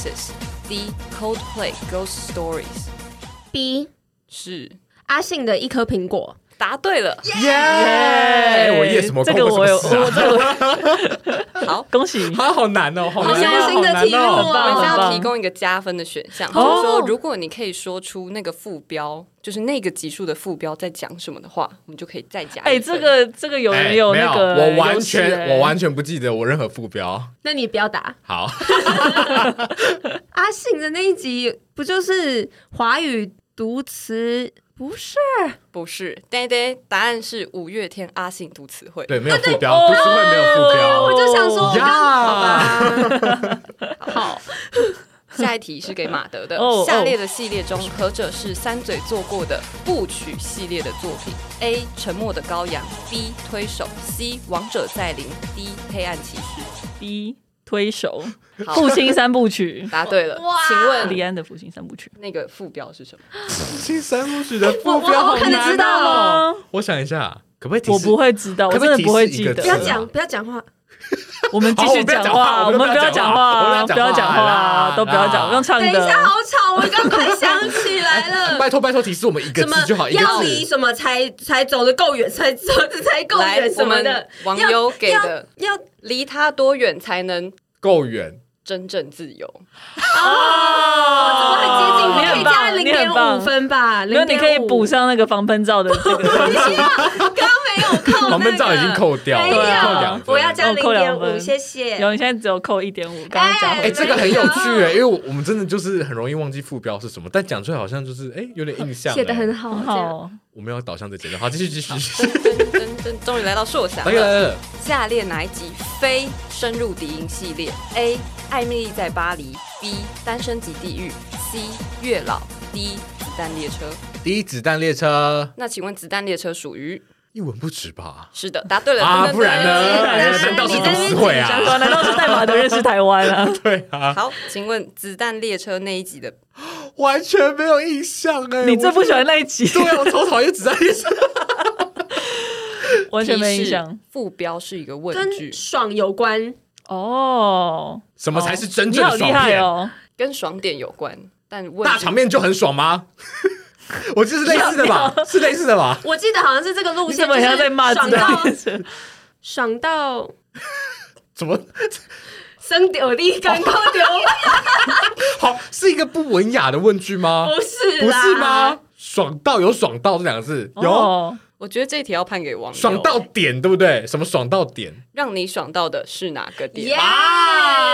Faces，D. Coldplay Ghost Stories。
B
是，
阿信的一颗苹果，
答对了。
耶！哎我也什么
这个我有，我这个，
好
恭喜，
他 好难哦，好
好
难
像
哦，
新
好
的
难
题目
哦。
我
哦，
们是
很
要
棒
提供一个加分的选项，就
哦
是说，如果你可以说出那个副标，就是那个级数的副标在讲什么的话，我们就可以再加一分。
哎，这个这个有人
哎
有
没
那个，
我完全我完全不记得我任何副标。
那你不要答。
好，
阿信的那一集不就是华语读词？不是，
不是，对对，答案是五月天阿信读词汇。
对，没有副标，读书会没有副
啊我
标。
就想说，我刚好
呀，
吧，
好，下一题是给马德的
哦。
下列的系列中，何者是三嘴做过的部曲系列的作品？A. 沉默的羔羊，B. 推手，C. 王者再临，D. 黑暗骑士。
B 推手，
好
父亲三部曲，
答对了
哇，
请
李
问
安的父亲三部曲，
那个副标是什么？
新三部曲的
我
副标
我
好
我可能知
难
道
哦。
吗？
我想一下，可不可以提
我
示？
不会知道，
可
我
不可
真
以
的不会记
提
得
示
不
一
要
个。
讲，不要讲话，
我们继
好我
续
们不要讲
讲
话
我
我们
们不
不
要
要
讲
讲
话，
话我们
不要讲
不要讲话
话，
啦
都不要讲，用唱
等一下
的。
好吵，我刚快想起来 了。
拜托拜托，提示我们一个
什么
字就好，一个
要离
字。
什么才才走得够远，才走才够
来
远，什
我
么
们
的。
网
要
友给的
要要
离他多远才能
够远
真正自由？
我很接近，
你
我可
很
以加
棒，
零
哦你很
点
棒
五。分吧，
没有，
零
你可以
点
补
五。
上那个防喷罩的这个。
不需要刚刚没有扣那个，
黄喷罩已经扣掉了，
没有
扣两分
我要加
哦
零
扣
点
两分
五，谢谢。
有，你现在只有扣一点五，刚刚加
哎、
回
哎
这
去。
个很有趣哎、
对啊
因为我我们真的就是很容易忘记副标是什么，但讲出来好像就是哎、有点印象、哎
写的很好，这样
好，
我们要导向这节奏，好，继续继续，
噔噔噔噔，终于来到硕翔
来了
了。
来了，
下列哪一集非深入敌营系列？A. 艾米丽在巴黎，B. 单身即地狱，C. 月老，D. 子弹列车。
第一子弹列车
那请问子弹列车属于？
一文不值吧？
是的，答对了。
啊，
噔噔噔
不然呢？哎
对
难道是
你在
读
那边
词汇
紧
啊？
哇，难道是代码的认识台湾啊？
对啊，
好，请问子弹列车那一集的
完全没有印象哎、
你最
我
不喜欢那一集，
对啊，我超讨厌子弹列车。
完全没
提
印
示
象。
副标是一个问句
跟，爽有关，
哦，
什么才是真
你
正
好
的
厉
爽
害
片？
哦！
跟爽点有关，但问
大
句
场面就很爽吗？ 我就是类似的吧，是类似的吧？
我记得好像是这个路
你怎
线，
么
就
好像
是
在骂
爽
自己
到
的？
爽到
怎么
生丢地干高丢，
好？是一个不文雅的问句吗？
不是
不
啦，
是吗？爽到有爽到这两个字， 有、
哦，
我觉得这一题要判给网友，
爽到点，对不对？什么爽到点？
让你爽到的是哪个点？
啊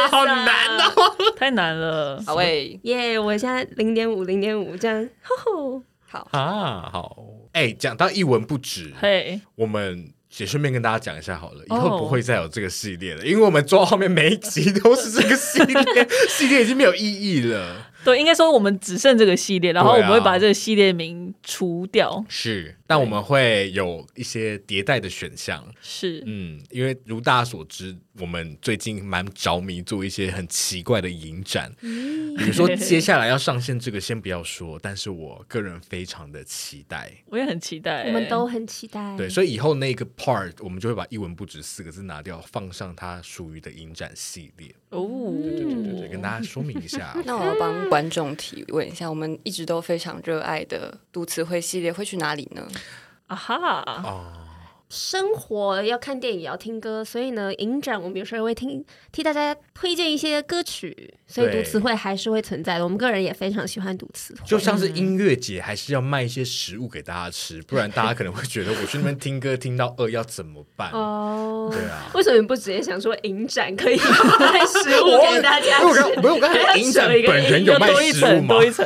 好难
哦！
太难了。
好喂，
耶我现在零点五，零点五这样，吼吼，
好，
啊，好，哎、讲到一文不值，
嘿，
我们也顺便跟大家讲一下好了，以
哦
后不会再有这个系列了，因为我们做到后面每一集都是这个系列，系列已经没有意义了。
对，应该说我们只剩这个系列，然后我
对啊
们会把这个系列名除掉。
是，但我们会有一些迭代的选项。
是，
嗯，因为如大家所知，我们最近蛮着迷做一些很奇怪的影展，比如说接下来要上线这个先不要说，但是我个人非常的期待。
我也很期待、
我们都很期待。
对，所以以后那个 part 我们就会把“一文不值”四个字拿掉，放上它属于的影展系列。
哦，
对对对，跟大家说明一下。啊
嗯那我要帮观众提问一下，我们一直都非常热爱的读词汇系列会去哪里呢？
啊哈，
哦
生活要看电影，也要听歌，所以呢，影展我们有时候会听替大家推荐一些歌曲，所以
对
读词汇还是会存在的。我们个人也非常喜欢读词汇，
就像是音乐节，还是要卖一些食物给大家吃，不然大家可能会觉得我去那边听歌听到饿要怎么办？
哦。
对啊，
为什么你不直接想说影展可以卖食物给大家
因为我
吃？
刚没有，我刚才说影展本人有
又
卖
多一
食物
层，
吗
多？一层。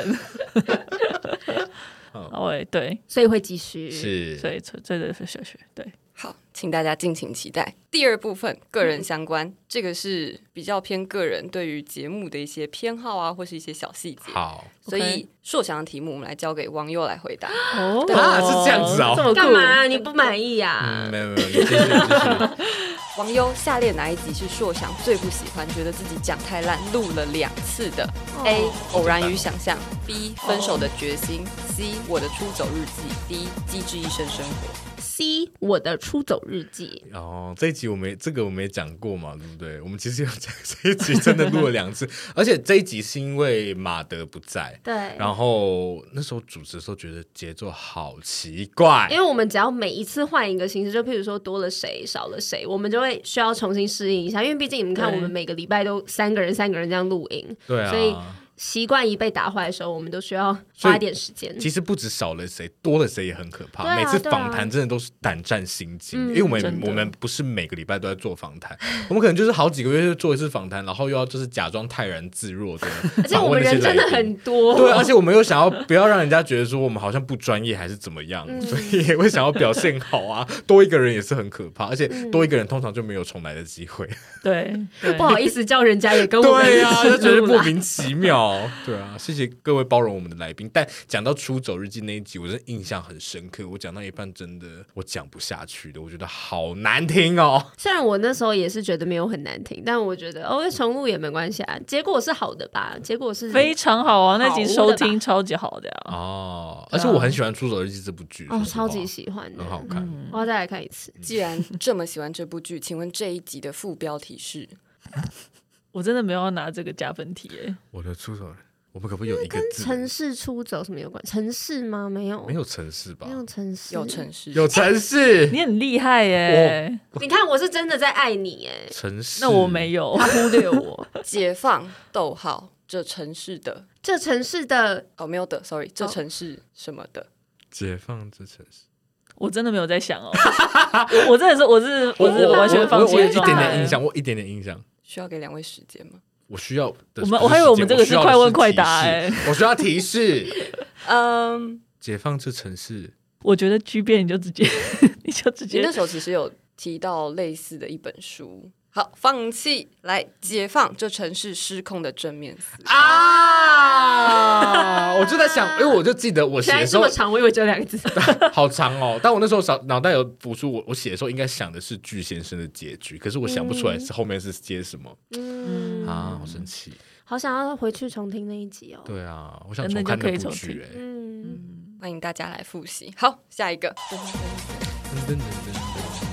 好，喂，对，
所以会继续。
是
所以这这个是小学，对，
好，请大家敬请期待。第二部分个人相关，这个是比较偏个人对于节目的一些偏好啊，或是一些小细节。
好，
所
OK
以硕翔的题目我们来交给网友来回答。
哦
啊是这样子哦
这么酷
干嘛、？你不满意啊呀、
嗯，没有没有，你继续你继续。
网友下列哪一集是硕翔最不喜欢，觉得自己讲太烂，录了两次的、a 偶然与想象；B. 分手的决心、c 我的出走日记；D. 机智医生生活。
c 我的出走日记，
哦，这一集我们也这个我们也讲过嘛，对不对？我们其实有讲这一集真的录了两次，而且这一集是因为马德不在，
对，
然后那时候主持的时候觉得节奏好奇怪
因，为我们只要每一次换一个形式，就譬如说多了谁少了谁，我们就会需要重新适应一下，因为毕竟你们看，
对
我们每个礼拜都三个人三个人这样录音，
对啊，
所以习惯一被打坏的时候，我们都需要
所以
花点时间。
其实不止少了谁，多了谁也很可怕。
嗯对啊
每次
对啊
访谈真的都是胆战心惊，
嗯
因为我们
真的
我们不是每个礼拜都在做访谈， 我们可能就是好几个月就做一次访谈，然后又要就是假装泰然自若的
而且
访
我
问
们
那些
人真的
来宾
很多，
对，啊而且我们又想要不要让人家觉得说我们好像不专业还是怎么样，
嗯
所以也会想要表现好啊。多一个人也是很可怕，而且
嗯
多一个人通常就没有重来的机会。
对，对
不好意思叫人家也跟我们
对
一
啊，
起
就觉得
录
莫
啦。
名其妙。 对啊，谢谢各位包容我们的来宾。但讲到《出走日记》那一集，我真的印象很深刻。我讲到一半，真的我讲不下去的，我觉得好难听哦。
虽然我那时候也是觉得没有很难听，但我觉得哦，重录也没关系啊。结果是好的吧？结果是
非常好啊，那集收
嗯好的
听超级好的呀。
哦，而且我很喜欢《出走日记》这部剧，说
哦，
实话
超级喜欢的
很，好嗯看。
嗯
我要再来看一次。
既然这么喜欢这部剧，请问这一集的副标题是？
我真的没有要拿这个加分题 诶，
我的出走，我们可不可以有一个字
城市出走什么有关？城市吗？没有，
没有城市吧
没？有城市，
有城市，
有城市，
你很厉害耶。
你看，我是真的在爱你 哎，
城市。
那我没有，他忽略我。
解放，逗号，这城市的
这城市的
哦，没有的，sorry，这
哦
城市什么的，
解放这城市。
我真的没有在想 哦，我我真的是，我是
我
是
我
完全放弃
我有
的
一
状
点
态。
点印象，我一点点印象。
需要给两位时间吗？
我需要的
我
不
们
是
我还以为我
时
们
间
这个是
需要的
快问
是
快
提
答
示
欸
我需要提示。
嗯，
解放这城市，
我觉得巨变你就直接， 你就直
你
接
那时候其实有提到类似的一本书。好，放弃，来解放这城市失控的正面思考。
啊！我 就在想，因为我就记得我写
原来
的时
这
候
么长，我以为只有两 个字。
好长哦， 但我那时候脑脑袋有浮出我我写的时候应该想的是巨先生的结局，可是我想不出来是后面是接什么、
嗯，
啊，好生气。
好想要回去重听那一集哦。
对啊，我想
那
重
就
看
可以
那部
重
剧哎、
嗯，
欢迎大家来复习。好，下一个，
噔噔噔噔噔哎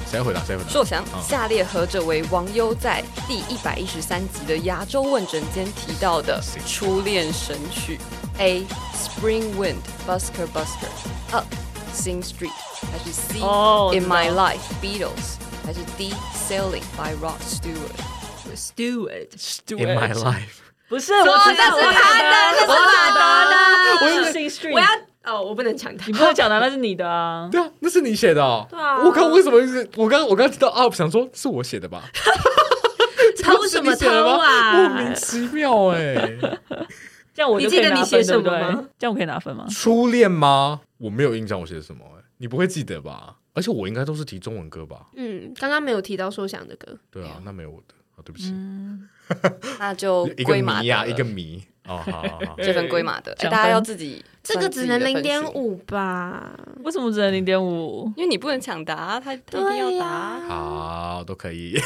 谁要回答？谁哦要回答？
硕翔，下列何者为王优在第一百一十三集的牙周问诊间提到的初恋神曲？A. Spring Wind Busker Busker，二 Sing Street，还是 C.
哦我知
In
道
My Life Beatles，还是 D. Sailing by Rod Stewart？
steward steward
In my life，
不是我知道，
哦这是
我
他的，这是
我
马德的。
是 Sing
我要
Street，
哦，我不能抢答
你。不会讲的，那是你的啊。
对啊，那是你写的、哦。
对啊
我刚为什么是？我刚我刚听到 up，想说是我写的吧？
他为什么
是你写的
偷
吗莫
啊
名？其妙哎、
这样我就可
你
以
记得
拿
你
分，
写
对
什
不
么
对
吗？
这样我可以拿分吗？
初恋吗？我没有印象我写的什么、欸，你不会记得吧？而且我应该都是提中文歌吧？
嗯，刚刚没有提到说想的歌，
对啊，那没有我的，啊，对不起，
那就
一个
归
谜
马德
呀、
了
一个谜。哦，好好好，
这份归马德，哎
想
大家
分
要自己
这个只能
算自己
零
的分
点
数，
五吧？
为什么只能零点五？
因为你不能抢答，他他一定
对
要
呀
答。
好，都可以。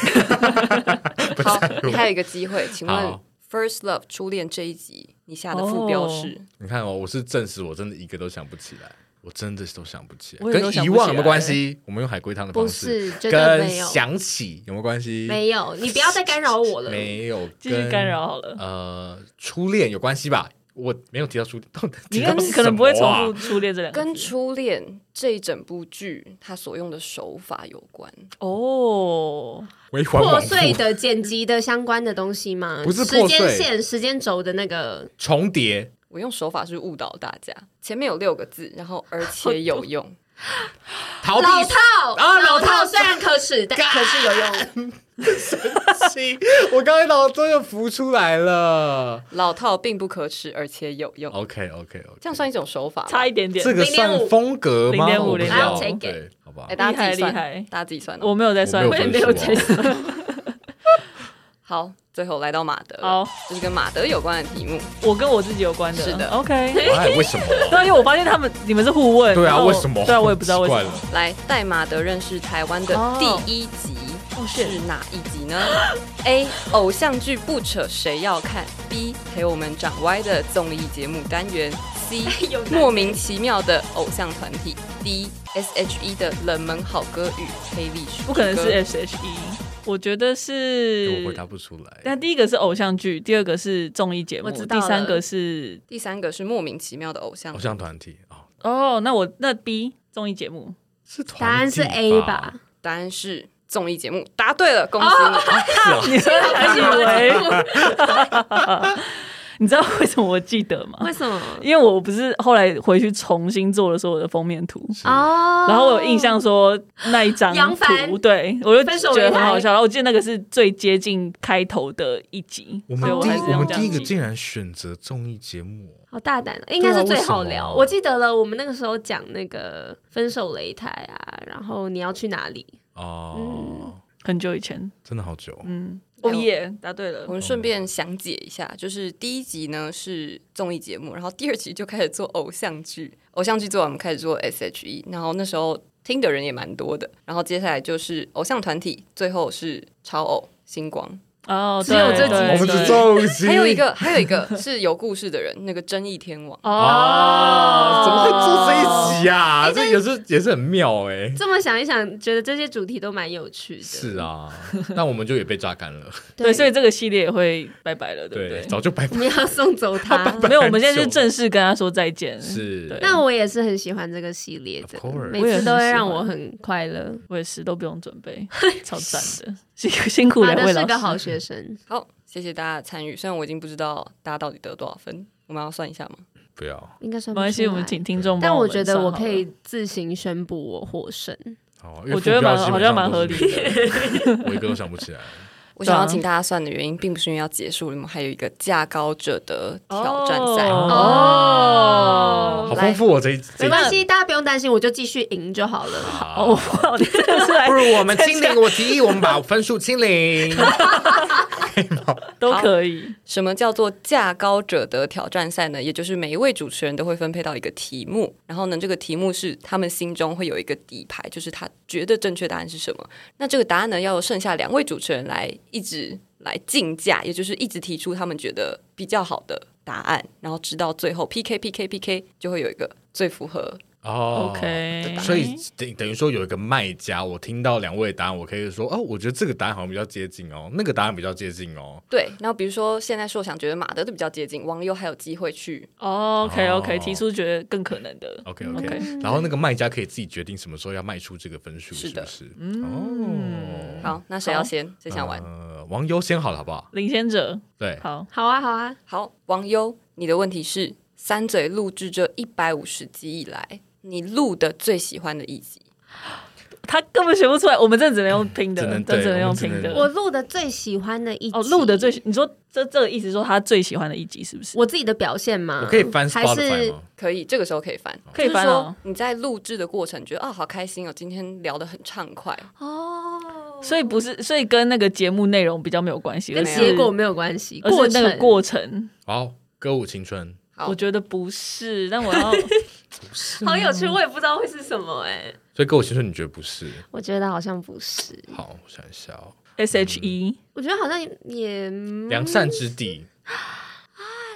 好，你还有一个机会，请问《
好
First Love》初恋这一集你下的副标是？
你看哦，我是证实我真的一个都想不起来，我真的都想不起来，
我也都
跟
想
遗
不起
忘有没有
来
关系？我们用海龟汤的
不
方式，
是，绝对
跟
没有，
想起有没有关系？
没有，你不要再干扰我了。
没有
继续
跟
干扰好了。
呃初恋有关系吧？我没有提到初恋，到底
你
提到
跟
什
可能不会重
么啊
复初恋这两个
跟
字
初恋这一整部剧它所用的手法有关，
哦，
微环
破
往复
碎的、剪辑的相关的东西吗？
不是
时
破碎
间线、时间轴的那个
重叠，
我用手法是误导大家。前面有六个字，然后而且有用，
逃
哦
避
老
啊
套
老
老
套
套虽然可耻，但可是有用。
心，我刚才脑中又浮出来了。
老套并不可耻，而且有用，
OK OK OK，
这样算一种手法吗。
差一点点
这。个算风格吗？
0.5
我不知道
0.5，take it
对，好吧
哎，。大家自己
厉害厉害
算，大家自己算哦。
我没有在算，
我没有
也
分数啊
好，最后来到马德，
好，
这是跟马德有关的题目。
我跟我自己有关的。
是的
，OK。
哎，为什么啊？
对啊，因为我发现他们你们是互问。
对
然
啊，
后
为什么？
对啊，我也不知道为什
奇怪
么。
了
来，带马德认识台湾的
哦
第一集。
哦
是
是
哪一集呢 ？A. 偶像剧不扯谁要看；B. 陪我们长歪的综艺节目单元 ；C.
有难
莫名其妙的偶像团体；D. S.H.E 的冷门好歌与黑历史。
不可能是 S H E，我觉得是
我。回答不出来。
但第一个是偶像剧，第二个是综艺节目，
我知道
第
了
三个是
第三个是莫名其妙的偶像
偶。像团体哦，
哦，那我那 B 综艺节目，
是团体
答案是 A 吧
吧？？
答案是综艺节目，答对了，恭喜你！
你真的还以为？ 你知道为什么我记得吗？
为什么？
因为我不是后来回去重新做了所有的封面图，
哦
然后我有印象说那一张
杨凡
图，对我就
分手
觉得
擂
很
台
好笑。然后我记得那个是最接近开头的一集，
我
所
们
以
哦
我
第
还
一
是
我
用
们
这
第一
样
个
记。
竟然选择综艺节目哦，
好大胆哦，应该是最好
为什
聊。
么
我记得了，我们那个时候讲那个分手擂台啊，然后你要去哪里？
哦，
很久以前，
真的好久哦。
嗯，哦耶，答对了
我，们顺便详解一下，就是第一集呢是综艺节目，然后第二集就开始做偶像剧，偶像剧做完我们开始做 S.H.E，然后那时候听的人也蛮多的，然后接下来就是偶像团体，最后是超偶星光，
哦，
只有
对
这
对
集
我们
对
只做一集，
还有一个还有一个是有故事的人，那个争议天王。
啊，
哦，
怎么会做这一集啊？这也是也是很妙哎。
这么想一想，觉得这些主题都蛮有趣的。
是，啊， 那我们就也被榨干了，
对，所以这个系列也会拜拜了，对不
对，
对？
早就拜
我
拜
们要送走 他。
没有，我们现在是正式跟他说再见。
是。
对
那我也是很喜欢这个系列的
Of course，
每
我也很
次
喜欢
都会让我很快乐。
我也是都不用准 备，超赞的，辛辛苦
马
两
德
位
是个
老
好
师。
学生，
好，谢谢大家的参与，虽然我已经不知道大家到底得多少分，我们要算一下吗？
不要，
应该算
没
不
关系，
出
我们
来
请听众帮
但我
我
觉得我
们算好了
可以，自行宣布我获胜。
哦因为
我觉得蛮
副标基本
好像蛮合理
上都 是我一个都想不起来。
我想要
对啊
请大家算的原因，并不是因为要结束了，我们还有一个价高者的挑战赛。
哦
好丰富哦，这一这
没
一
关系，大家不用担心，我就继续赢就好了。
哦，我不知道你真的是来
不如我们清零，我提议我们把分数清 零。
都可以，
什么叫做价高者得挑战赛呢？也就是每一位主持人都会分配到一个题目，然后呢，这个题目是他们心中会有一个底牌，就是他觉得正确答案是什么。那这个答案呢，要由剩下两位主持人来一直来竞价，也就是一直提出他们觉得比较好的答案，然后直到最后 PK PK PK 就会有一个最符合。
哦
OK
所以等等于说有一个卖家，我听到两位答案，我可以说哦，我觉得这个答案好像比较接近哦，那个答案比较接近哦。
对，然后比如说现在硕想觉得马德的比较接近，网友还有机会去
哦 OK
哦
OK，提出觉得更可能的。
OK OK，,
OK
然后那个卖家可以自己决定什么时候要卖出这个分数，
是
是
的
不是？哦，
好，那谁要
好
先？谁想玩？
呃，王优先好了，好不好？
领先者，
对，
好，
好啊，好啊，
好，王优，你的问题是三嘴录制这一百五十集以来，你录的最喜欢的一集？
他根本学不出来，我们这只能用拼的，
只能
这
对
只能
我
用
们只
拼
能
的。
我录的最喜欢的一集
哦，录的最，你说这这个意思，说他最喜欢的一集是不是？
我自己的表现吗？
我可以翻
还
Spotify
是
吗？
可以，这个时候可以翻，
可以翻哦
就是说你在录制的过程觉得啊、好开心哦，今天聊得很畅快，
哦，
所以不是，所以跟那个节目内容比较没有关系，
跟
而是
结果，没有关系，
而是
过
那
程
个过程，
好，歌舞青春，
好
我觉得不是。但我要，
好有趣，我也不知道会是什么哎、
所以歌舞青春你觉得不是？
我觉得好像不是，
好，我想一下哦，
S H E，
我觉得好像也嗯
良善之地，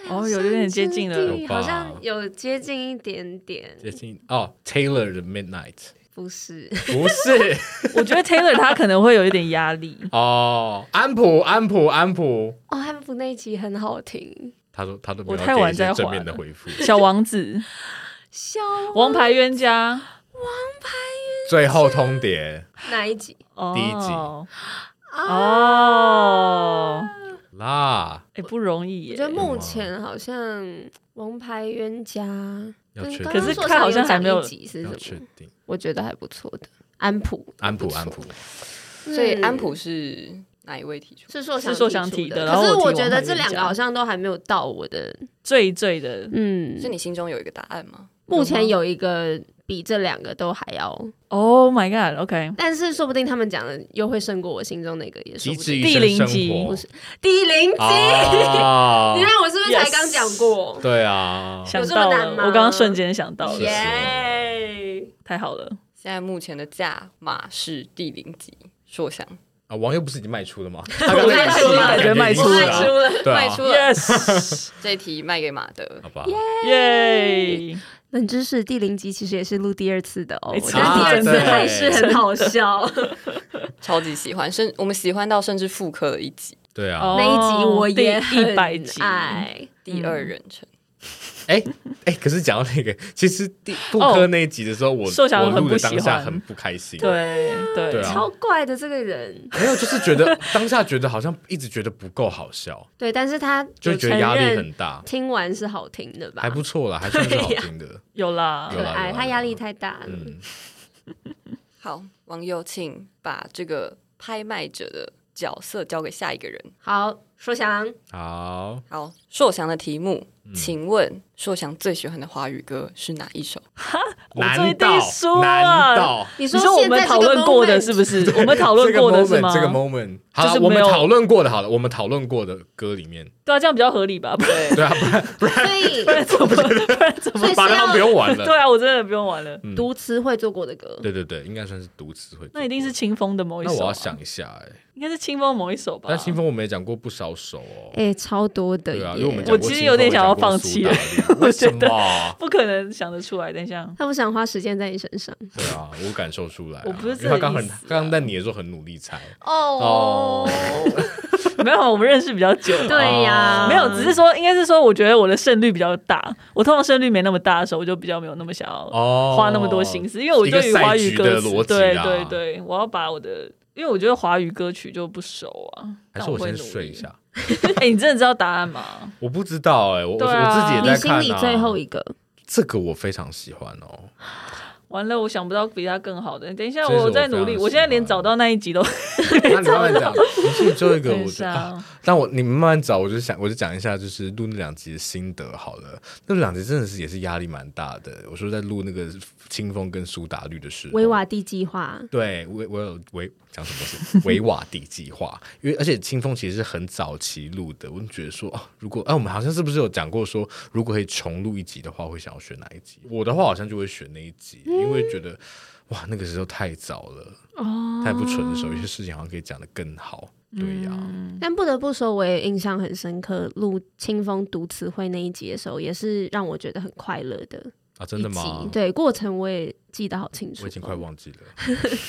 哦，有有点接近
山之
了。
地
有吧
好像有接近一点点，
接近哦，Taylor 的 Midnight
不是
不是
我觉得 Taylor 他可能会有一点压力。
哦，安普安普安普，
哦，汉服那一集很好听，
他说他都没有
我太晚
给一些
在
正
滑
面的
了
回复，
小王子、
笑
王牌冤家，
最后通牒
哪一集？
哦
第一集
哦，
啦，
哎，不容易
我觉得
嗯
耶。
目前好像《王牌冤家》
要
跟
确定
刚嗯刚
可是
说
看好像
有讲
还没有
一集是
要
什
确
么？
定
我觉得还不错的安普，
安普
不错
安普，
所以
嗯
安普是哪一位提出？
是硕
是硕想提
提
的
出的，
然后
可是
我提
我
王
觉得
牌
这
冤
两个
家
好像都还没有到我的，
最最的
嗯
所以，你心中有一个答案吗？
目
嗯
前有一个比这两个都还要，
，Oh my God，OK，
但是说不定他们讲的又会胜过我心中那个，也说
极
不
致
定。
一
第零
生
集
生活
不是第零集，
啊
你，看我是不是才
Yes
刚讲过？
对啊，
想到
有这么
了，
难
我
吗
刚刚瞬间想到
是
了，
耶！
太好了。
现在目前的价码是第零集，硕想
啊，王又不是已经卖出 了吗？
我
卖出了
他刚才已经
卖出了
已经
卖出
了
对啊
卖出 了
Yes，
这一题卖给马德
好。吧，
耶！
冷知识第零集其实也是录第二次的哦，
没
我
错
觉得第二次还是很好 笑。
超级喜欢，甚我们喜欢到甚至复刻了一集
对啊，
哦
那一集我也
第100集
很爱，
第二人称，
哎哎，可是讲到那个，其实第妇科那一集的时候，我
受想
我
哦很
录的
不喜
当下
欢
很不开心，，
对
对
对
啊
超怪的这个人。
没有，就是觉得当下觉得好像一直觉得不够好笑，
对，但是他
就
有
觉得
承
压力
认
很大，
听完是好听的吧？
还不错啦，还算是好听的，
有啦
有
可
啦
爱，
啦
他
有
压
啦
力太大了。
嗯，
好，网友请把这个拍卖者的角色交给下一个人。
好，说翔，
好，
好，硕翔的题目，请问硕翔最喜欢的华语歌是哪一首？
我
难
最低
道
输
难
啊
道？
你
你
说
说我
现在
们
这个
讨论过的
moment
是不是？我们讨论过的是吗？
这个 moment，好了，
就是
我
没
们
有
讨论过的，好了，我们讨论过的歌里面，
对啊，这样比较合理吧？不然
对，
对啊，不然
所 以
不然怎么？不 然怎
所
么
以？
把
是
它
要
不用玩了。
对啊，我真的不用玩了。
嗯
读词会做过的歌，
对对对，应该算是独词会。
那一定是，清风的某一
那
首、啊。啊
我要想，一下，哎，
应该是清风某一首吧。
但清，风我们也讲过不少首哦。
哎、超多的
对
耶！
啊，因为我们
我其实有点想要放弃了
了。 为什么？
不可能想得出来。等一下，
他不想花时间在你身上
对啊，我感受出来啊。
我不是
因为他刚
这个
很
意思啊
刚刚在你的时候很努力猜，
哦。
没有，我们认识比较久。
对呀、
哦
没有，
嗯
只是说，应该是说，我觉得我的胜率比较大。我通常胜率没那么大的时候，我就比较没有那么想要
哦
花那么多心思，因为我对于华语歌
一个赛局的
词，
逻辑
对
啊
对对，我要把我的，因为我觉得华语歌曲就不熟啊。
还是
但
我
会
先
努力
睡一。下？
哎、你真的知道答案吗？
我不知道哎，我我
对啊
我自己也
你
在
心
看
里
啊。
最后一个，
这个我非常喜欢 哦。
完了，我想不到比他更好的。等一下，
这是我
我再
非
努
常喜
力。
欢
我现在连找到那一集都
那你慢慢讲，你是最后一个，
等
我
一
觉得。
下
啊
啊。
但我你们慢慢找，我就想我就讲一下，就是录那两集的心得好了。那两集真的是也是压力蛮大的。我说在录那个清风跟苏打绿的时候，
维瓦蒂计划。
对维维尔维讲什么是 维瓦蒂计划？因为而且清风其实是很早期录的，我就觉得说哦，如果哎、我们好像是不是有讲过说，如果可以重录一集的话，会想要选哪一集？我的话好像就会选那一集，
嗯
因为觉得哇，那个时候太早了，
哦
太不成熟，有些事情好像可以讲得更好。对呀、
但不得不说，我也印象很深刻，录清风读词汇那一集的时候，也是让我觉得很快乐的
啊，真
一
的
集
吗。？
对，过程我也记得好清楚哦，
我已经快忘记了。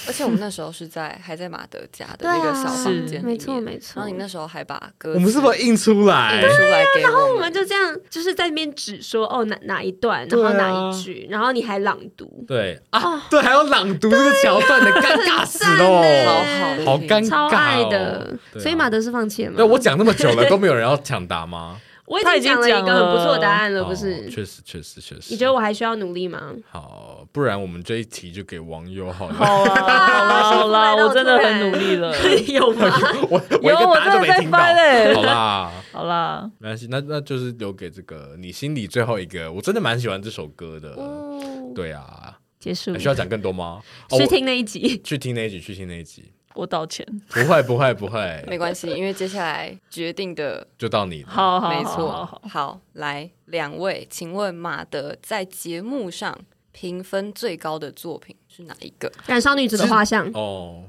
而且我们那时候是在还在马德家的
对
那
啊，
个小房
是
间里面，
没错没错。
然后你那时候还把歌
我们是不是
印
印出来？
出来给
我
我
们
们？
就这样，就是在那边指说哦哪哪一段，然
对啊
后哪一句，然后你还朗读，
对啊，对，还有朗读这个桥段的，尴尬死
好
了，
好
好尴尬哦，
超爱的。
对啊
所以马德是放弃了吗？
对我讲那么久了都没有人要抢答吗？
我已
他已
经
经
讲了一个很不错的答案了，
哦
不是？
确实，确实，确实。
你觉得我还需要努力吗？
好？不然我们这一题就给网友好了。
好啦好 啦好啦，
啊幸福来到
我真的
突
很
然
努 力了。
有吗？
我我一个
有我
答案都
真的
没
在
听到。
翻欸
好啦，
好啦，
没关系，那那就是留给这个你心里最后一个。我真的蛮喜欢这首歌的。
嗯
对啊，
结束
还需要讲更多吗？哦
去
我
听那一集。
去听那一集，去听那一集。
我道歉。
不会，不会，不会，
没关系，因为接下来决定的
就到你了。
好好，
没
好
错。
好好
来两位，请问马德在节目上评分最高的作品是哪一个？
燃烧女子的画像，
哦，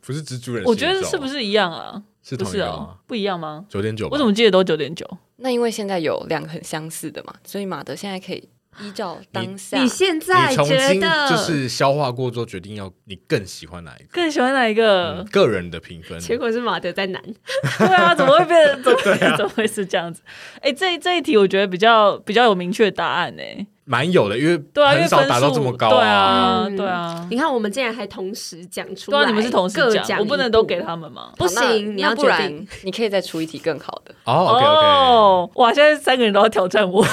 不是蜘蛛人，
我觉得
一种
是不是一样啊？
啊是
不
同一
是
个
哦
吗？，
不一样吗？
九点九，
我怎么记得都九点九？
那因为现在有两个很相似的嘛，所以马德现在可以依照当下
你现在
你重
觉
新
得
就是消化过之后，决定要你更喜欢哪一个？
更喜欢哪一个
嗯？个人的评分，
结果是马德在难，
对啊，怎么会 变成怎么
啊
会 怎么会是这样子？哎，这这一题我觉得比较比较有明确答案哎。
蛮有的，因为
对啊，因为
很
分
少
数
达到这么高
对啊，
嗯
对啊，
你看我们竟然还同时讲出
对
来，
啊，你们是同时
各
讲，我不能
一
都
部
给他们吗？
不
好那
行，你
那
要
不
决
然
定。
你可以再出一题更好的。
哦，OK OK，
哦哇！现在三个人都要挑战 我，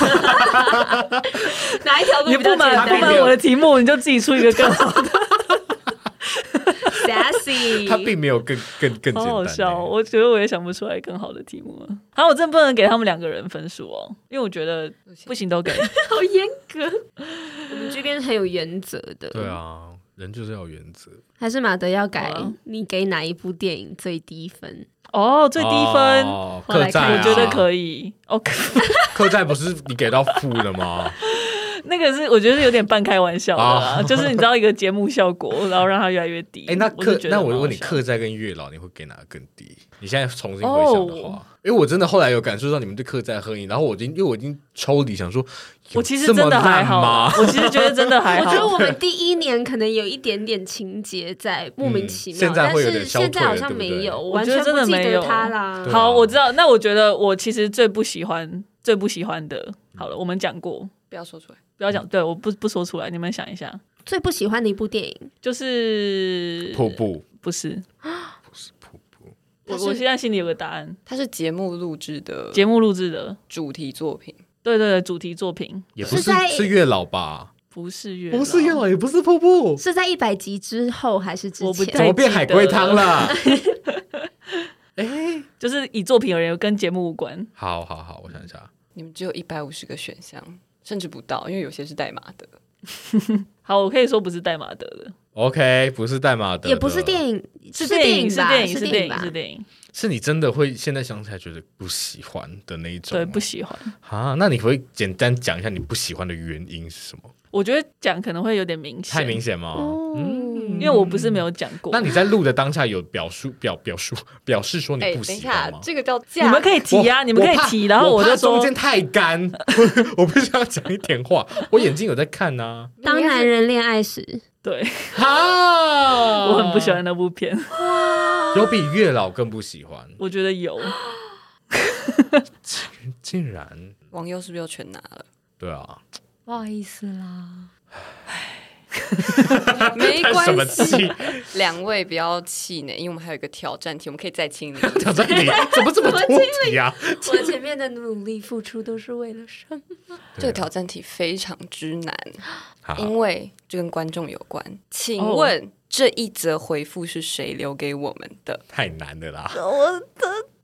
哪一条路
你不
比较简
满
单
不 满我的题目，你就自己出一个更好。
？Sassy，
它并没有更更更简
好
单。欸
好笑哦，我觉得我也想不出来更好的题目了。好，我真的不能给他们两个人分数哦，因为我觉得不 行都给。
好严格。我们这边很有原则的，
对。啊，人就是要有原则。
还是马德要改
好啊，
你给哪一部电影最低分？
哦，最低分，
哦
后来
客
看
栈啊，
我觉得
以。
可以。哦， 可
客栈不是你给到负的吗？
那个是我觉得是有点半开玩笑的啦，
哦
就是你知道一个节目效果，然后让它越来越低。
哎，那
我就
客
觉得
那
蛮
我
好
问你，
笑
客栈跟月老你会给哪个更低？你现在重新回想的
哦
话，因为我真的后来有感受到你们对客栈喝影，然后我已经因为我已经抽离，想说
我其实真的还好啊
吗
啦，？我其实觉得真的还
我
好。
觉 得我们第一年可能有一点点情节在莫名其妙，
嗯现在
但
会有
是
点消
现在
退了
好像
对不
没
对
有，我
我
完
觉
全
得真
不
的
记
没
得
有
他啦
对。
好，
啊
我知道。那我觉得我其实最不喜欢、最不喜欢的，好了，我们讲过，
不要说出来，
不要讲，对，我不不说出来，你们想一下，
最不喜欢的一部电影，
就是
瀑布
不是
不是瀑布，
我
它是
我现在心里有个答案，
它是节目录制的
节目录制的，
主题作品。
对对对，主题作品
也不
是
是
在
是月老吧？
不是月，
不是月，老，也不是瀑布，
是在一百集之后还是之
我不
怎
前？
么变海龟汤了？
就是以作品而言，跟节目无关。
好好好，我想一下，
你们只有一百五十个选项，甚至不到，因为有些是代码的。
好，我可以说不是代码德的，
OK，不是代码的，
也不是电影，
是
电
影，是
吧？
电
是
是
电
影，
吧
是？电影，
是你真的会现在想起来觉得不喜欢的那一种吗，
对，不喜欢。
啊？那你会简单讲一下你不喜欢的原因是什么？
我觉得讲可能会有点明显，
太明显吗？
因
嗯，
为我不是没有讲过。
那你在录的当下有表述表表述表示说你
哎、
不
等一
喜
下
欢吗，？
这个叫
你
价。
们可以提啊，
我
你们可以提，
我怕
然后
我
就
怕
说
中，间太干， 我必须要讲一点话。我眼睛有在看啊呐、
当男人恋爱时，
对
啊，
呃
我很不喜，欢那部片，
有比月老更不喜欢，
我觉得有，
竟然
网友是不是又全拿 了？
对啊，
不好意思啦，
没
叹什么
关 系，
气？
两位不要气馁，因为我们还有一个挑战题，我们可以 再清理。
挑战你怎么这么多题啊？
我前面的努力付出都是为了什么？
这个挑战题非常之难，
嗯
好，
因为这跟观众有关。请问、这一则回复是谁留给我们的？
太难了啦。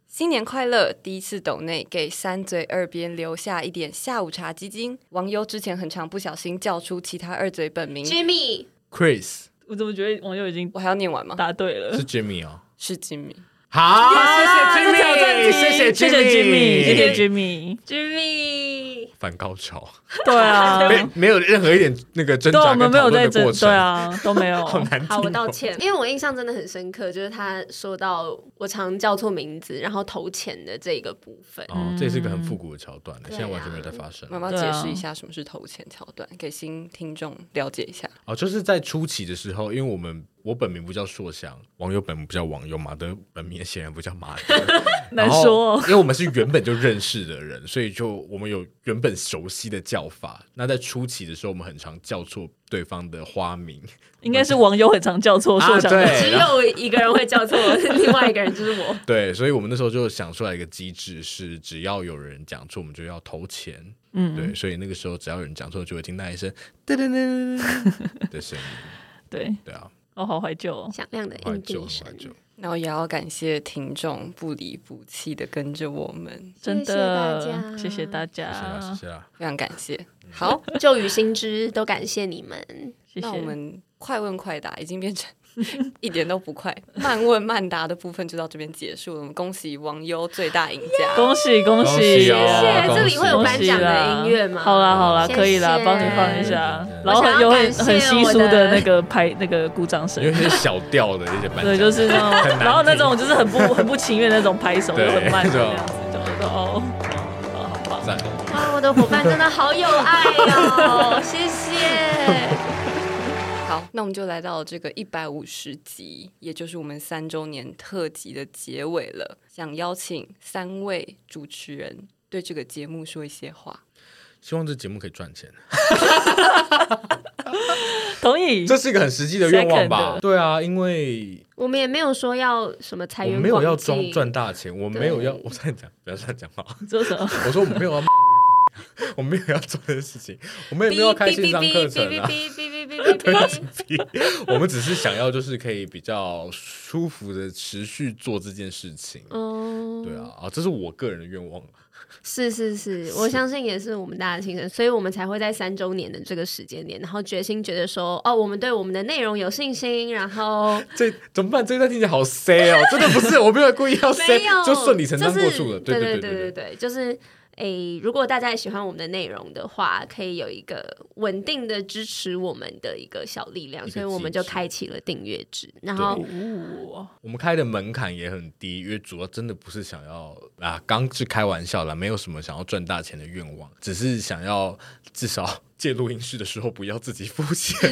新年快乐！第一次抖内给三嘴二边留下一点下午茶基金。网友之前很常不小心叫出其他二嘴本名，
Jimmy，
Chris
我怎么觉得网友已经
我还要念完吗？
答对啊了
是。Jimmy 哦。
是吉米。
好，
这是挑战题
谢谢 Jimmy，
谢谢 Jimmy，谢谢 Jimmy。
Jimmy，
反高潮，
对 啊，
没没有任何一点那个挣
对，我
扎
们
跟
没
讨
有在
论的
争
过，
对
程，，
啊，都没有。
好难听。
哦
哦
好，我道。歉，因为我印象真的很深刻，就是他说到我常叫错名字，然后投钱的这个部分。
哦，这也是一个很复古的桥段，现在
对
完全
啊
没有在发生。
妈妈
对
解
啊
释一下什么是投钱桥段，给新听众了解一下。
哦，就是在初期的时候，因为我们我本名不叫硕香，网友本名不叫网友，马德本名显然不叫马德。
难说、
然后
哦。
因为我们是原本就认识的人，所以就我们有原本熟悉的叫法。那在初期的时候，我们很常叫错对方的花名。
应该是网友很常叫错硕
啊
想
对
的，
只有一个人会叫错，另外一个人就是 我。
对，所以我们那时候就想出来一个机制，是只要有人讲错，我们就要投钱。
嗯，
对，所以那个时候只要有人讲错，就会听到一声“噔噔噔噔噔”的声音。
对，
对 啊，
哦，好怀旧哦。
响亮的
怀
应
旧，
定
怀
声，
旧。
然后也要感谢听众不离不弃的跟着我们，
真的，谢
谢谢
谢
大
大
谢谢啦，谢
家，
谢啦。
非常感谢。好，
旧与新知都感谢你们。
谢
那我
谢。
们快问快答已经变成 一点都不快，慢问慢答的部分就到这边结束了。我们恭喜网友最大赢家，
恭喜恭
恭
喜！
喜哦
谢谢，
恭
这里
喜
会有
恭
颁
喜啊
奖
啦
的音乐吗？
好啦好啦，
谢
可以啦
谢，
帮你放一下
对，
然后
我想要
又会
感谢
很稀疏
我的
的那个拍那个鼓掌声
因为。是小调的一些版
对，就是那种，然后那种就是很不很不情愿那种拍手，就
对
很慢
对
的这
啊
样子，就觉得哦，哦好棒，
赞。
哇，我的伙伴真的好有爱哦，谢谢。
好，那我们就来到这个一百五十集，也就是我们三周年特辑的结尾了。想邀请三位主持人对这个节目说一些话。
希望这节目可以赚钱，
同意
这。是一个很实际的愿望
Second
吧？对啊，因为
我们也没有说要什么财
我
源
没有
广
要
进
装赚大钱，我没有要，
对
我这样讲，不要这样讲话。
做什么？
我说我没有要， 我没有要做这件事情，我们
哔
也没有要开线上课程啊。
哔哔哔哔哔哔哔哔哔。
我们只是想要，就是可以比较舒服的持续做这件事情。
嗯，
对啊，，啊，这是我个人的愿望。
是是是，我相信也是我们大家的心声，所以我们才会在三周年的这个时间点，然后决心觉得说，哦，我们对我们的内容有信心，然后
这怎么办？这一段听起来好塞哦，真的不是，我没有故意要 塞
没有，
就顺理成章
就
过
是
去了。
对
对
对
对
对对，就是。诶，如果大家也喜欢我们的内容的话，可以有一个稳定的支持我们的一个小力量，
一个
所以我们
机
就
制
开启了订阅制。然后
对我们开的门槛也很低，因为主要真的不是想要啊，刚是开玩笑啦，没有什么想要赚大钱的愿望，只是想要至少借录音室的时候不要自己付 钱，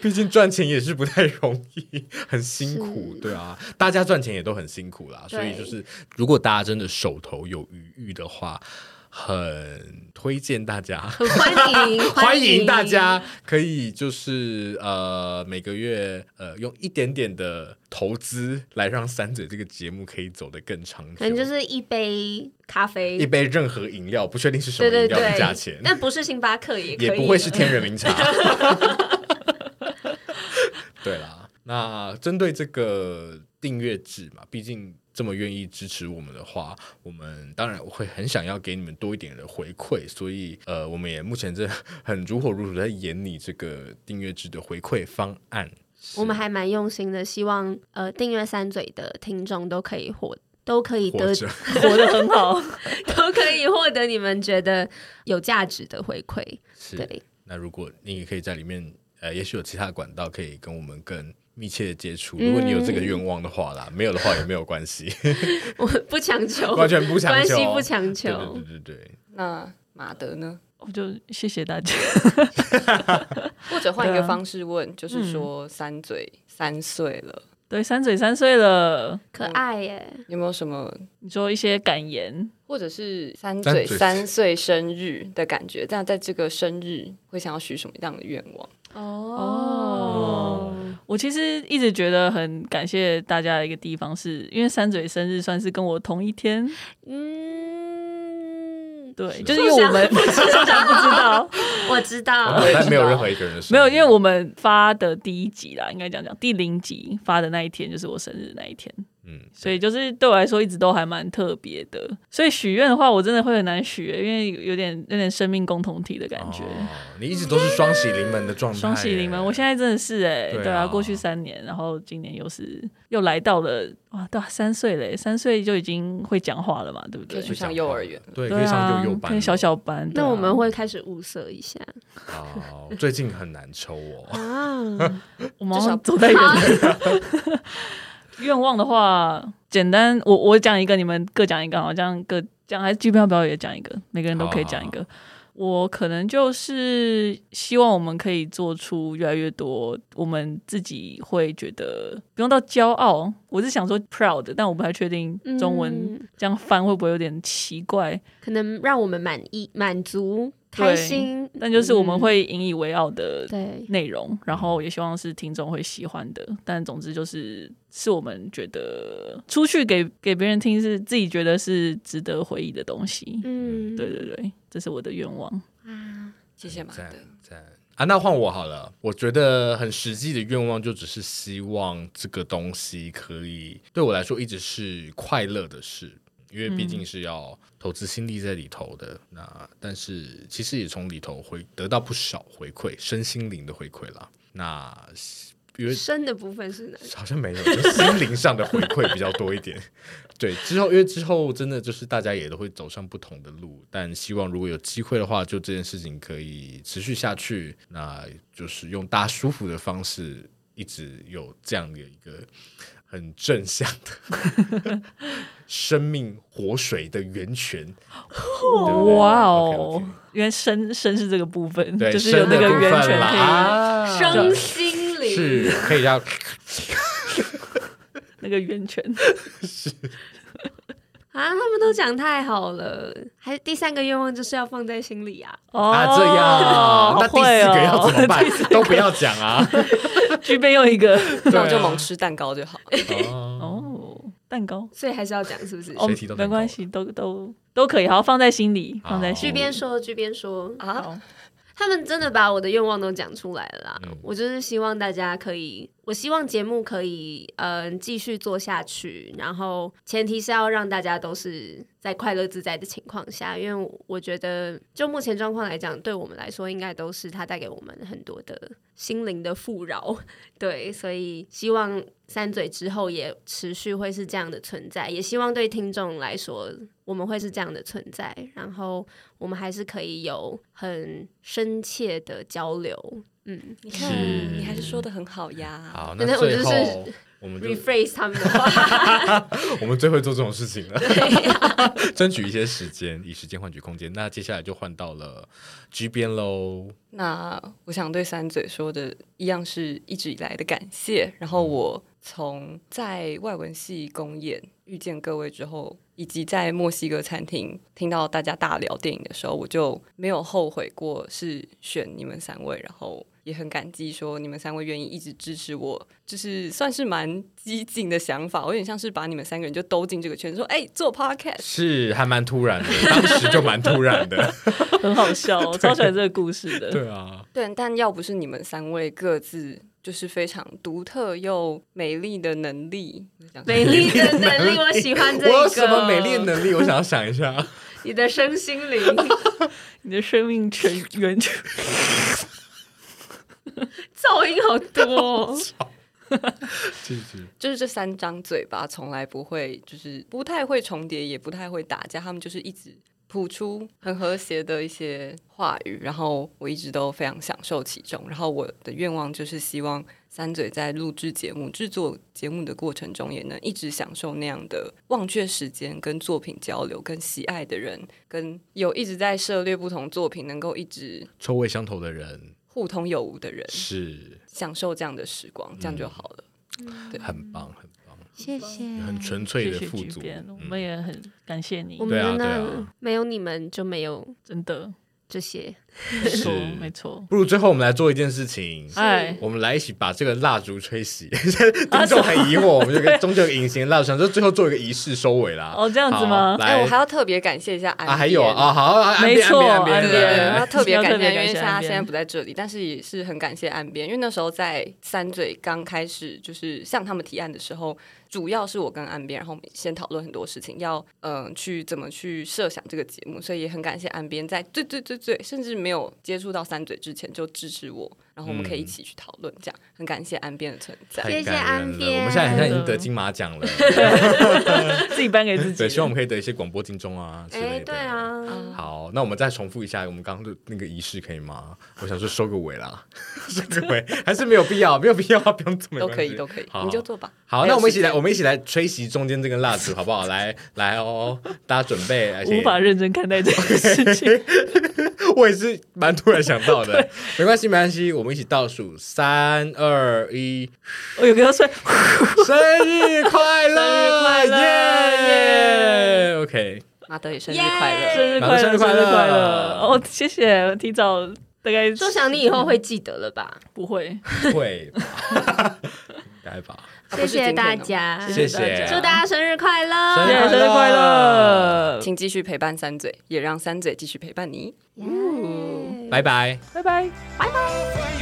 毕竟赚钱也是不太容易，很辛苦，
是
对啊，大家赚钱也都很辛苦啦，所以
对
就是如果大家真的手头有余裕的话，很推荐大家。
很 欢迎
欢迎大家可以就是呃每个月呃用一点点的投资来让三嘴这个节目可以走得更长久，
可能就是一杯咖啡，
一杯任何饮料，不确定是什么
对对
饮料
对
的价钱，
但不是星巴克也可以，
也不会是天人茗 茶。对啦，那针对这个订阅制嘛，毕竟这么愿意支持我们的话，我们当然会很想要给你们多一点的回馈，所以呃，我们也目前这很如火如荼地在研拟这个订阅制的回馈方案。
我们还蛮用心的，希望呃订阅三嘴的听众都可以获，都可以
活
得，
着，
活得很好，
都可以获得你们觉得有价值的回馈。
是
对，
那如果你也可以在里面，呃，也许有其他的管道可以跟我们更密切的接
嗯
触。如果你有这个愿望的话啦，没有的话也没有关系，
我不强求，
完全不强
哦关
求，哦
系不强求。
对对对对对，
那马德呢？
我就谢谢大家。
或者换一
对
个
啊
方式问，就是说三嘴三岁了，
对，三嘴三岁了，
可爱耶！
有没有什么？
你说一些感言，
或者是三
三
嘴
嘴
三岁生日的感觉，但在这个生日会想要许什么样的愿望？
哦我其实一直觉得很感谢大家的一个地方是，因为三嘴生日算是跟我同一天，
嗯，
对，
是
就是因为我们
知
不知道，
我知
我
啊
脑，
道
袋没有任何一个人的声音
没有，因为我们发的第一集啦，应该讲讲第零集发的那一天就是我生日那一天，
嗯，
所以就是对我来说一直都还蛮特别的。所以许愿的话，我真的会很难许，因为有点有点生命共同体的感觉。
哦你一直都是双喜临门的状态耶，
双喜临门，我现在真的是哎、
对啊
对啊，过去三年，然后今年又是又来到了哇，到三岁嘞，三岁就已经会讲话了嘛，对不
可以
对？
去上幼儿园，
对，
对
可以上
啊
幼幼，班，
可以小小班。对
那
啊
我们会开始物色一下
哦。最近很难抽哦，
啊。
我们好
至少
像走在远的。 愿望的话，简单，我我讲一个，你们各讲一个，好，这样各讲，还是剧票表演也讲一个，每个人都可以讲一个。我可能就是希望我们可以做出越来越多，我们自己会觉得不用到骄傲，我是想说 proud，但我不太确定中文
嗯
这样翻会不会有点奇怪，
可能让我们满意、满足、
对
开心。
但就是我们
嗯
会引以为傲的
对，
内
嗯
容，然后也希望是听众会喜欢的。但总之就是，是我们觉得出去给给别人听，是自己觉得是值得回忆的东西。
嗯，
对对对，这是我的愿望。
啊，
谢谢马
赞
德。
赞啊！那换我好了，我觉得很实际的愿望就只是希望这个东西可以对我来说一直是快乐的事，因为毕竟是要投资心力在里头的。那但是其实也从里头会得到不少回馈，身心灵的回馈啦。那因为
深的部分是哪？
好像没有，就是心灵上的回馈比较多一点。 对，之后因为之后真的就是大家也都会走上不同的路，但希望如果有机会的话，就这件事情可以持续下去，那就是用大家舒服的方式，一直有这样的一个很正向的 生命活水的源泉。对不对
哇哦
OK，OK
原来生生是这个部分，
对，
就是有那个
生的部
源
分
泉
啦
可以。
啊，
身心灵
是可以让。
那个源泉，
啊，他们都讲太好了，还第三个愿望就是要放在心里啊。
哦，
啊，这样，那
好
第四个
会
要
哦
怎么 办？都不要讲啊。
具备用 一个
那我
对
就
啊
猛吃蛋糕就好。
哦，
哦，蛋糕
所以还是要讲，是不是？
哦
谁提到，
没
蛋糕
关系，都都都可以，好放在心里，放在
好
心里。
这边说，这边说，
啊，
他们真的把我的愿望都讲出来了啦。
嗯
我就是希望大家可以，我希望节目可以，嗯、继续做下去。然后前提是要让大家都是在快乐自在的情况下，因为我觉得就目前状况来讲，对我们来说，应该都是它带给我们很多的心灵的富饶。 对，所以希望三嘴之后也持续会是这样的存在，也希望对听众来说，我们会是这样的存在。然后我们还是可以有很深切的交流。嗯
你看
是，
你还是说的很好呀。
好，那
那我
最
就是
后我们就
，rephrase 他们的话，
我们最会做这种事情了， 争取一些时间，以时间换取空间。那接下来就换到了 G 边喽。
那我想对三嘴说的一样是一直以来的感谢。然后我从在外文系公演遇见各位之后，以及在墨西哥餐厅听到大家大聊电影的时候，我就没有后悔过是选你们三位，然后。也很感激，说你们三位愿意一直支持我，就是算是蛮激进的想法。我有点像是把你们三个人就兜进这个圈子，说哎、做 podcast，
是还蛮突然的，当时就蛮突然的。
很好 笑、哦，超喜欢这个故事的。
对啊，
对，但要不是你们三位各自就是非常独特又美丽的能力，
美丽的能力，我喜欢这
我
个。
有什么美丽的能力？我想要想一下。
你的身心灵，
你的生命全源泉，
噪音好多 哦、
继续。
就是这三张嘴巴从来不会，就是不太会重叠，也不太会打架，他们就是一直吐出很和谐的一些话语，然后我一直都非常享受其中。然后我的愿望就是希望三嘴在录制节目、制作节目的过程中，也能一直享受那样的忘却时间、跟作品交流、跟喜爱的人、跟有一直在涉猎不同作品，能够一直
臭味相投的人
互通有无的人，
是
享受这样的时光，
嗯
这样就好了。
很棒，很棒，
谢谢，
很纯粹
谢
的
谢
富
局
足。
边，我
嗯
们也很感谢你
我，
对
们
啊
真的、
对啊
没有你们就没有
真的，
这些。
没错，没错。
不如最后我们来做一件事情，
哎，
我们来一起把这个蜡烛吹熄，
啊
听众很疑惑，我们就跟中间有个隐形的蜡烛，想说最后做一个仪式收尾啦。
哦这样子吗
好
哎、
来
我还，要特别感谢一下安、
啊，还有啊，，哦好，啊岸边
没错
岸边岸边
岸边
来来
对，
来
我
来
要特别
要
感
特
谢，
别
因
感
为
谢
他
岸
现
边
在不在这里，但是也是很感谢岸边，因为那时候在三嘴刚开始就是向他们提案的时候，主要是我跟岸边，然后我们先讨论很多事情，要嗯、呃去怎么去设想这个节目，所以也很感谢岸边在最最最最甚至没有接触到三嘴之前就支持我，然后我们可以一起去讨论，这样很感谢岸边的存在。
嗯太
谢谢
感人
岸
了
边
我们现在好像已经得金马奖了，
自己颁给自己。
对，希望我们可以得一些广播金钟啊之
哎、
类的。
对。啊，
啊
好，那我们再重复一下我们刚刚的那个仪式，可以吗？我想说收个尾啦，收个尾还是没有必要，没有必要，不用这么
都可以，都可以，你就做吧。
好，
还
那
有
我们一
时
起来，
间
我们一起来吹熄中间这根蜡烛，好不好？来来哦，大家准备，而且
无法认真看待这个事情，
我也是蛮突然想到 的。没关系，没关系，我们一起倒数三二一，
我有个要吹，
生日快乐，
生日快乐
耶 OK，
马德也生日快乐
生日快乐，
生
生
日
日
快乐
快乐！哦，谢谢，我提早大概
就想你以后会记得了吧？
不会，
会吧， 应该吧。
啊
谢
不是今
谢
天
大
哦
家，
谢谢
祝大家生日快乐！
生
谢谢生日快乐，
请继续陪伴三嘴，也让三嘴继续陪伴你。
拜拜。
拜拜。
拜拜。